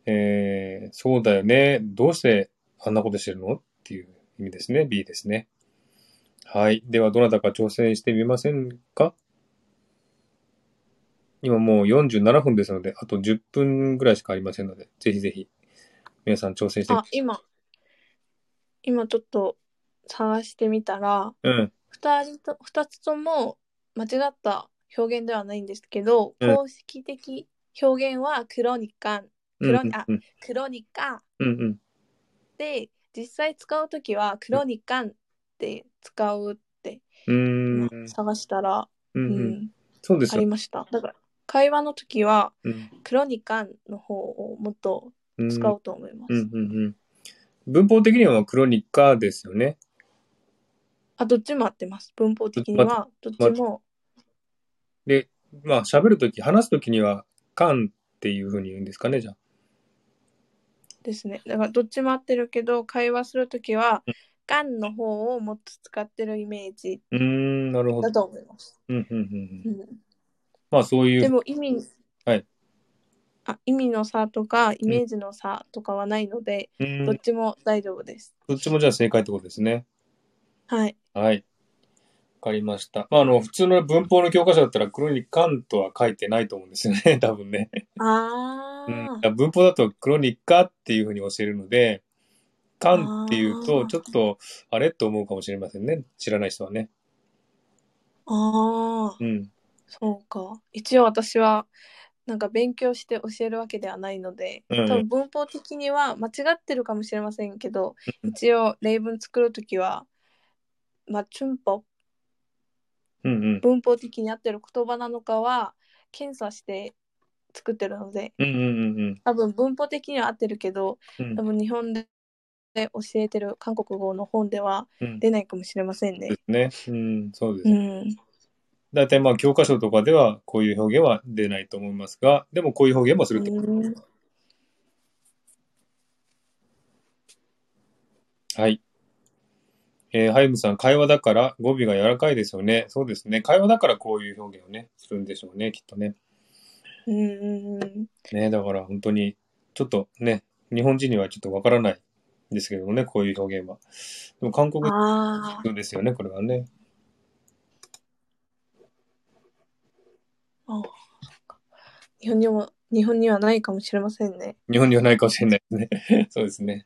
えー、そうだよね。どうしてあんなことしてるのっていう意味ですね。B ですね。はい。では、どなたか挑戦してみませんか今もう47分ですので、あと10分ぐらいしかありませんので、ぜひぜひ、皆さん挑戦してみ
あ、今、今ちょっと探してみたら、
うん。
二人と、二つとも間違った表現ではないんですけど、
うん
公式的表現はクロニカン、
う
ク
ん
ロニあ
うん
クロニカ
うんうん。
で、実際使うときはクロニカンって使うって
う
今
ん。
探したら、
う
うん
うん。
ん、
そうです
あ
よ
り。ました。だから、会話のときは
うん
クロニカンの方をもっと
うん
使おうと思いま
うん
す。
うんうん。文法的にはクロニカですよね。
あ、どっちも合ってます。文法的には、どっちも、
で、まあ喋るとき、話すときにはカンっていうふうに言うんですかね、じゃあ。
ですね。だからどっちも合ってるけど、会話するときは
う、
ガンの方をもっと使ってるイメージ
うーん、なるほど
だ。と思います。
うんうんうんう、
うんん、
まあそうい
で
う、
も意味、
はい
あ、意味の差とかイメージの差とかはないので、
う
ど
ん
っ、ちも大丈夫です。
どっちもじゃあ正解ってことですね。
はい。
はい。わかりました。まああの、普通の文法の教科書だったらクロニカンとは書いてないと思うんですよね、 <laughs> 多分ね。
あ
うん、だか
ー
ら文法だとクロニカっていうふうに教えるので、カンっていう
あ
と
ー
ちょっとあれと思うかもしれませんね。知らない人はね。
あー、
うん。
そうか。一応私は、なんか勉強して教えるわけではないので、
うんうん
多分文法的には間違ってるかもしれませんけど、
うん
一応例文作るときは、まあ、チュンポ
うんうん。
文法的に合ってる言葉なのかは検査して作ってるので
うんうんうん
多分文法的には合ってるけど
うん
多。分日本で教えてる韓国語の本では
うん。
出ないかもしれませんね。
ですね。うん、そうです
う
ね。
ん、
大体まあ教科書とかではこういう表現は出ないと思いますが、でもこういう表現もすると。
うん
はい。えーハイムさん、会話だから語尾が柔らかいですよね。そうですね。会話だからこういう表現をね、するんでしょうね、きっとね。
うんうんうん、
ね、だから本当に、ちょっとね、日本人にはちょっとわからないんですけどもね、こういう表現は。でも韓国
ああ、
人ですよね、これはね。
日本にも日本にはないかもしれませんね。
日本にはないかもしれないですね。 <laughs> そうですね。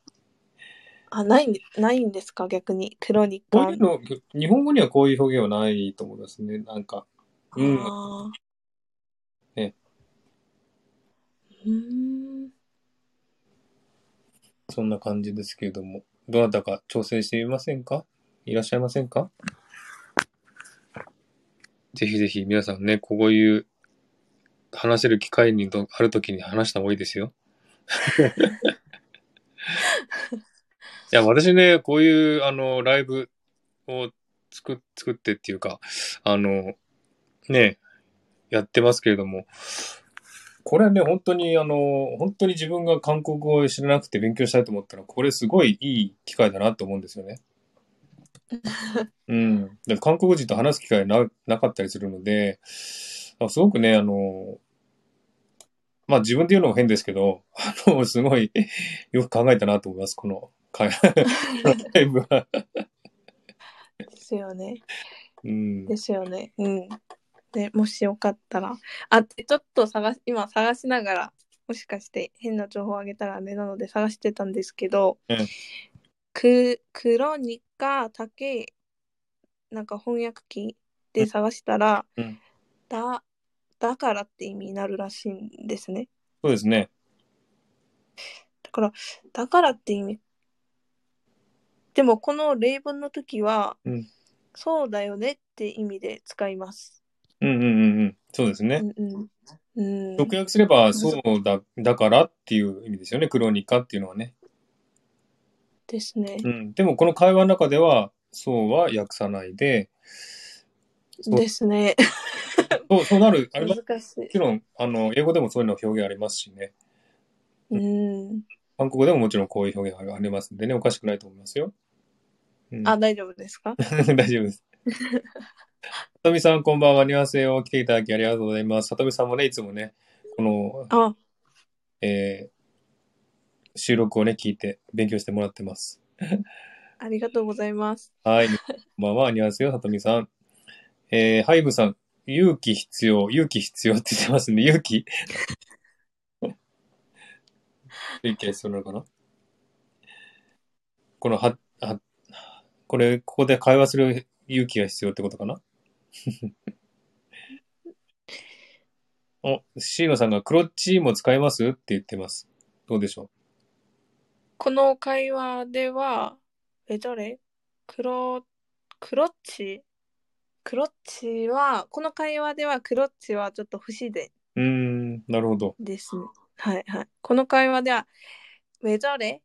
あ、ないんないんですか逆にクロニ
こ
カ
ういうの、日本語にはこういう表現はないと思いますね。なんか、うん。
あー
ね
うーん
そんな感じですけれども、どなたか挑戦してみませんかいらっしゃいませんかぜひぜひ皆さんね、こういう話せる機会にどあるときに話した方がいいですよ。いや、私ね、こういうあのライブを作っ作ってっていうか、あの、ね、やってますけれども、これね、本当に、あの、本当に自分が韓国語を知らなくて勉強したいと思ったら、これすごいいい機会だなと思うんですよね。うん。だから韓国人と話す機会ななかったりするので、あすごくね、あの、まあ自分で言うのも変ですけど、あの、すごいよく考えたなと思います、この会ライブは。
ですよね
うん。
ですよねうんでもしよかったらあでちょっと探し今探しながらもしかして変な情報あげたらあれなので探してたんですけど、
うん
くクロニカだけなんか翻訳機で探したら、
うんうん
だだからって意味になるらしいんですね
そうですね。
だから、だからって意味。でも、この例文の時は、
うん
そうだよねって意味で使います。
うんうんうんうん。そうですね。
うんうん。うん
直、訳すれば、そうだ、だからっていう意味ですよね。クロニカっていうのはね。
ですね。
うん。でも、この会話の中では、そうは訳さないで、そう
ですね。
そうそうなる、あれも、も
難しい
ち。ろん、あの、英語でもそういうの表現ありますしね。
うん。
韓国語でももちろんこういう表現がありますんでね、おかしくないと思いますよ。うん、
あ、大丈夫ですか
<laughs> 大丈夫です。さとみさん、こんばんは。ニュアンスを来ていただきありがとうございます。さとみさんもね、いつもね、この、
あ、
えー収録をね、聞いて勉強してもらってます。
ありがとうございます。
はい。こんばんは。にゃんすよ、さとみさん。えー、ハイブさん、勇気必要、勇気必要って言ってますね。勇気 <laughs> 勇気が必要なのかなこの、は、は、これ、ここで会話する勇気が必要ってことかな <laughs> お、シーノさんがクロッチも使いますって言ってます。どうでしょ
この会話では、え、誰クロ、クロッチクロッチは、この会話ではクロッチはちょっと不自然。
ううーん、なるほど。
ですね。はいはい。この会話では、ウェザレ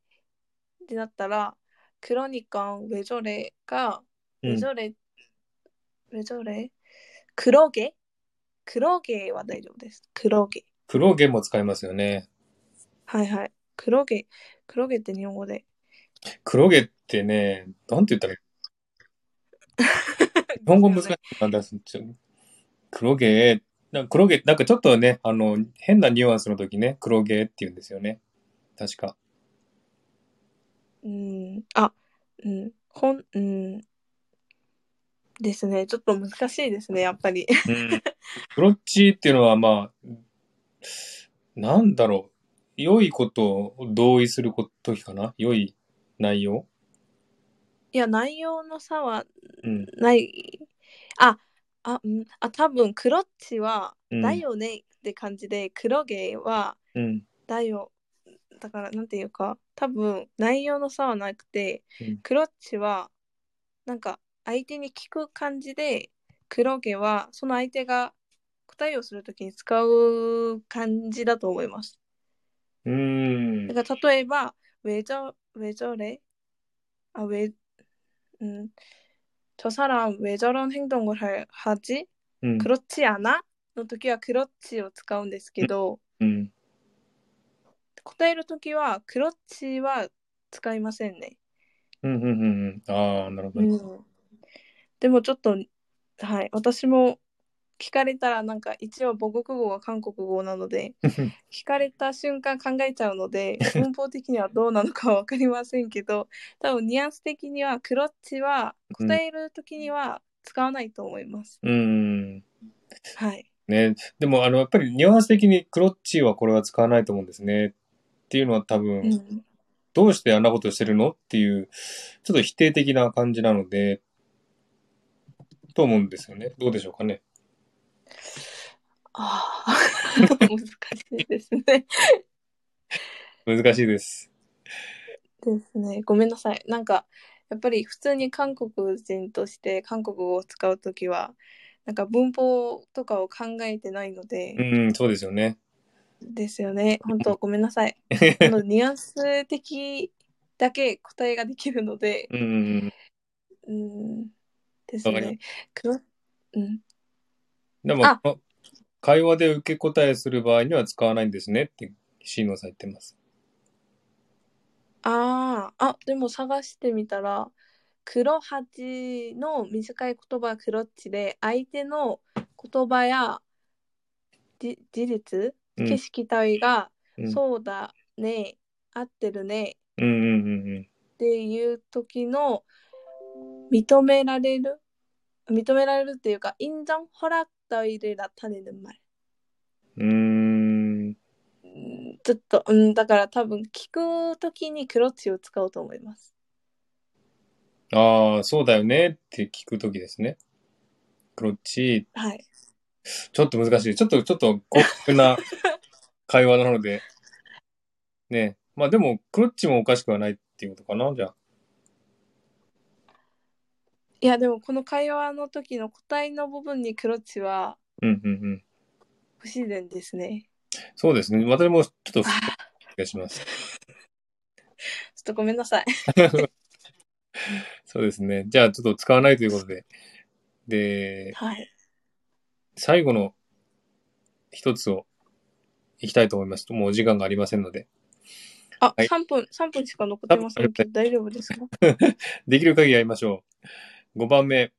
ってなったら、クロニカンウェザレが、ウ
う
ェ
ん。
ザレ、ウェザレ、クロゲクロゲは大丈夫です。クロゲ。
黒毛も使いますよね。
はいはい。クロゲ、クロゲって日本語で。
黒毛ってね、なんて言ったらいいの日本語難しいな、出すんちゃう。黒毛、なんか黒毛、なんかちょっとね、あの、変なニュアンスの時ね、黒毛って言うんですよね。確か。
うん。あ、うん。ほん、うん。ですね。ちょっと難しいですね、やっぱり。 <laughs>
うん。クロッチっていうのは、まあ、なんだろう。良いことを同意すること時かな良い内容
いや、内容の差は
うん。
ない。あ、あ、うん、あ、多分クロッチは、
うん
だよねって感じで、黒毛は、
うん。
だよ。だから、なんていうか、多分内容の差はなくて
うん、
クロッチは、なんか、相手に聞く感じで、黒毛はその相手が答えをするときに使う感じだと思います。
うーん
だ。から例えば、왜 저, 왜 저래? 아, 왜, 음, 저 사람 왜 저런 행동을 하, 하지?
うん。
그렇지 않아?の時は 그렇지 を使うんですけど、
うん。
答える時は 그렇지 は使いませんね。
うん。うん。うん。ああ、なるほど。
うん、でもちょっと、はい、私も聞かれたらなんか一応母国語は韓国語なので聞かれた瞬間考えちゃうの <laughs> で文法的にはどうなのかは分かりませんけど多分ニュアンス的にはクロッチは
うん
答える時には使わないと思います。
うん。
はい、
ね。でも、あの、やっぱりニュアンス的にクロッチはこれは使わないと思うんですね。っていうのは多分、
うん
どうしてあんなことしてるのっていう、ちょっと否定的な感じなので、と思うんですよね。どうでしょうかね。
ああ <laughs> 難しいですね。
難しいです。
ですね。ごめんなさい。なんか、やっぱり普通に韓国人として韓国語を使うときは、なんか文法とかを考えてないので
う、ん、そうですよね。
ですよね。本当ごめんなさい。このニュアンス的だけ答えができるので、
うんうん
うん、です
わかり
ね。くろうん、
うん。でも
あ、
会話で受け答えする場合には使わないんですねって、シーノさん言ってます。
ああ、あ、でも探してみたら、黒八の短い言葉は黒っちで、相手の言葉やじ事実、
うん
景色体が、
うん
そうだね、合ってるね
うんうんうんうん。
っていう時の、認められる認められるっていうか、인정허락따위를나타내는 말。
うーん。
うんちょっと、うん、だから多分聞くときに黒地を使おうと思います。
ああ、そうだよねって聞くときですね。クロッチ、
はい。
ちょっと難しい。ちょっと、ちょっと高級な会話なので。ね。まあでも、クロッチもおかしくはないっていうことかな、じゃあ。
いや、でもこの会話の時の答えの部分に黒地は
うんうんうん。
不自然ですね。
そうですね。私もちょっと不
あ
安
ー
がします。
ちょっとごめんなさい。
そうですね。じゃあ、ちょっと使わないということで。で、
<laughs> はい。
最後の一つをいきたいと思います。もうお時間がありませんので。
あ、
はい
3分、三分しか残ってませんけど大丈夫です <laughs> か
<laughs> できる限りやりましょう。5番目。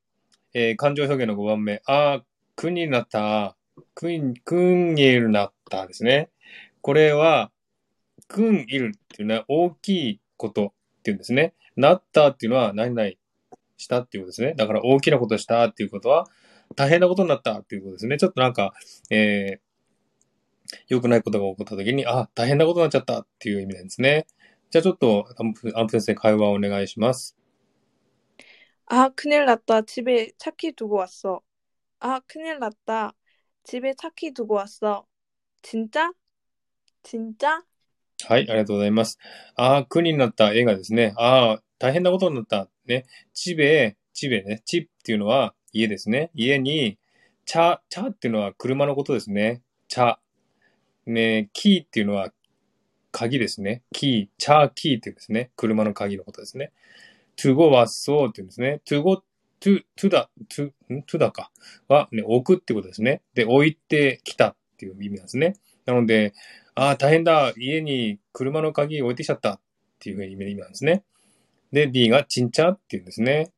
えー感情表現の5番目。あー、苦になった。くん、くんいるなったですね。これは、くんいるっていうのは大きいことっていうんですね。なったっていうのは何々したっていうことですね。だから大きなことしたっていうことは大変なことになったっていうことですね。ちょっとなんか、えー、良くないことが起こった時に、あ、大変なことになっちゃったっていう意味なんですね。じゃあちょっと、アンプアンプ先生会話をお願いします。
아, 큰일 났다. 집에 차키 두고 왔어. 아, 큰일 났다. 집에 차키 두고 왔어. 진짜? 진짜?
はい、ありがとうございます。ああ、苦になった映画ですね。ああ、大変なことになった。ね。ちべ、ちべね。ちっていうのは家ですね。家に、ちゃ、ちゃっていうのは車のことですね。ちゃ。ね、キーっていうのは鍵ですね。キー、チャーキーっていうんですね。車の鍵のことですね。to go はそうっていうんですね。to go, to, to だ、to, ん to だか。は、ね、置くってことですね。で、置いてきたっていう意味なんですね。なので、ああ、大変だ。家に車の鍵置いてきちゃったっていうふうに意味なんですね。で、D がちんちゃっていうんですね。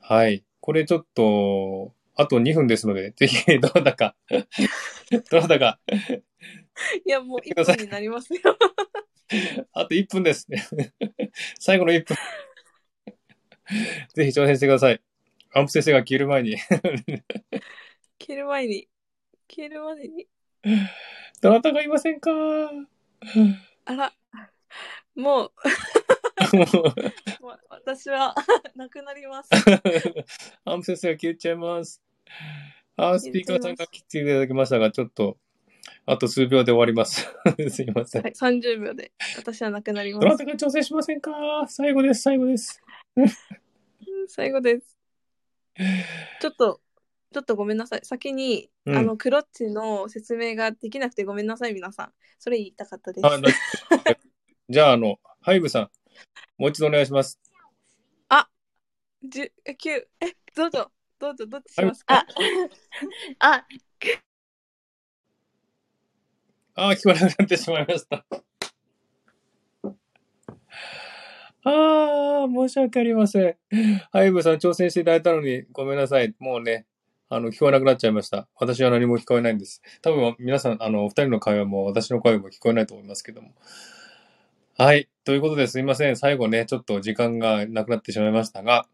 はい。これちょっと、あと2分ですので、ぜひ、 <laughs> どなたか、どなたか、
야, 뭐,
이거 사-
이쁜이 <laughs> 나리마스요.
あと1分です。 <laughs> 最後の1分。ぜひ挑戦してください。アンプ先生が消える前に。 <laughs>
키르마이니. 키르마이니.
どなたがいませんか <laughs>
알아. 뭐,
もう
뭐,私は <laughs> なくなります.
アンプ先生が消えちゃいます。あー、スピーカーさんが来ていただきましたが、ちょっと、あと数秒で終わります。 <laughs> すいません。
네, 30秒で.私はなくなります.
どなたが挑戦しませんか最後です、最後です。 <laughs>
最後です。ちょっと、ちょっとごめんなさい。先に、
うん
あの、クロッチの説明ができなくてごめんなさい、皆さん。それ言いたかったです。 <laughs>
あだじゃあ、あの、ハイブさん、もう一度お願いします。
十九え、どうぞ、どうぞ、どっちし
はい
ますか
あ、
ああ、聞こえなくなってしまいました。ああ、申し訳ありません。ハイブさん、挑戦していただいたのに、ごめんなさい。もうね、あの、聞こえなくなっちゃいました。私は何も聞こえないんです。多分、皆さん、あの、お二人の会話も、私の声も聞こえないと思いますけども。はい。ということですいません。最後ね、ちょっと時間がなくなってしまいましたが、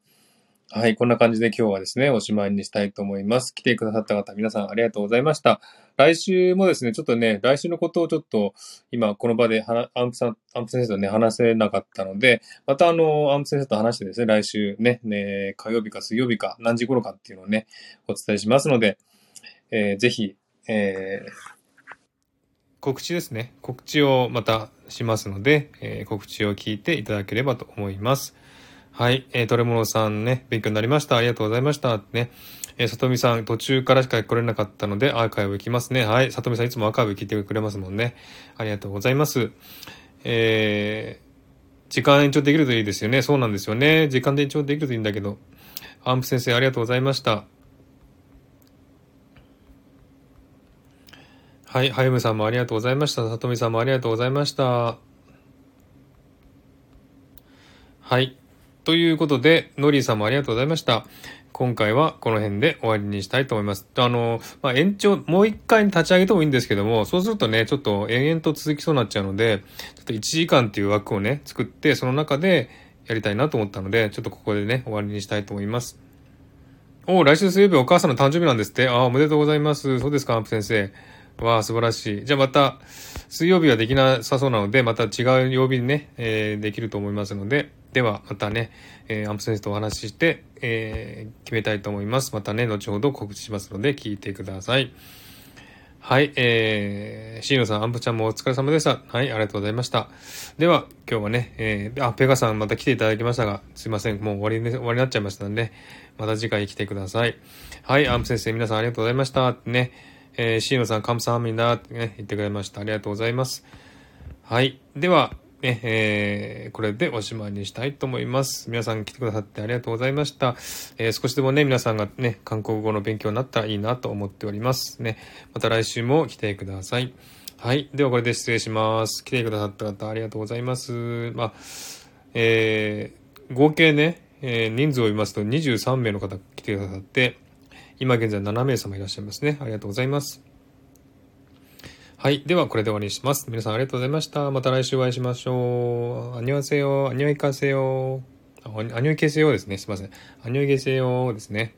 はい。こんな感じで今日はですね、おしまいにしたいと思います。来てくださった方、皆さんありがとうございました。来週もですね、ちょっとね、来週のことをちょっと、今、この場で話、アンプさん、アンプ先生とね、話せなかったので、またあの、アンプ先生と話してですね、来週ね、ね、火曜日か水曜日か、何時頃かっていうのをね、お伝えしますので、えーぜひ、えー告知ですね。告知をまたしますので、えー告知を聞いていただければと思います。はい。えー、トレモロさんね、勉強になりました。ありがとうございました。ね。えー、さとみさん、途中からしか来れなかったので、アーカイブ行きますね。はい。さとみさん、いつもアーカイブ聞いてくれますもんね。ありがとうございます。えー、時間延長できるといいですよね。そうなんですよね。時間で延長できるといいんだけど。アンプ先生、ありがとうございました。はい。はゆむさんもありがとうございました。さとみさんもありがとうございました。はい。ということで、ノリーさんもありがとうございました。今回はこの辺で終わりにしたいと思います。あの、まあ、延長、もう一回立ち上げてもいいんですけども、そうするとね、ちょっと延々と続きそうになっちゃうので、ちょっと1時間っていう枠をね、作って、その中でやりたいなと思ったので、ちょっとここでね、終わりにしたいと思います。おー来週水曜日お母さんの誕生日なんですって。ああ、おめでとうございます。そうですか、アンプ先生。わあ、素晴らしい。じゃあまた、水曜日はできなさそうなので、また違う曜日にね、えーできると思いますので、ではまたね、えーアンプ先生とお話しして、えー決めたいと思います。またね、後ほど告知しますので、聞いてください。はい、えー、シーノさん、アンプちゃんもお疲れ様でした。はい、ありがとうございました。では、今日はね、えーあ、ペガさんまた来ていただきましたが、すいません、もう終わりね、終わりになっちゃいましたんで、また次回来てください。はい、アンプ先生、皆さんありがとうございました。ね、えー、シーノさん、カムサハミナーってね、言ってくれました。ありがとうございます。はい。では、ね、えーこれでおしまいにしたいと思います。皆さん来てくださってありがとうございました。えー少しでもね、皆さんがね、韓国語の勉強になったらいいなと思っております。ね、また来週も来てください。はい。では、これで失礼します。来てくださった方、ありがとうございます。まあ、えー合計ね、えー人数を言いますと23名の方来てくださって、今現在7名様いらっしゃいますね。ありがとうございます。はい。では、これで終わりにします。皆さんありがとうございました。また来週お会いしましょう。アニョセヨ、アニョイカセヨ、あアニョイケセヨですね。すいません。アニョイケセヨですね。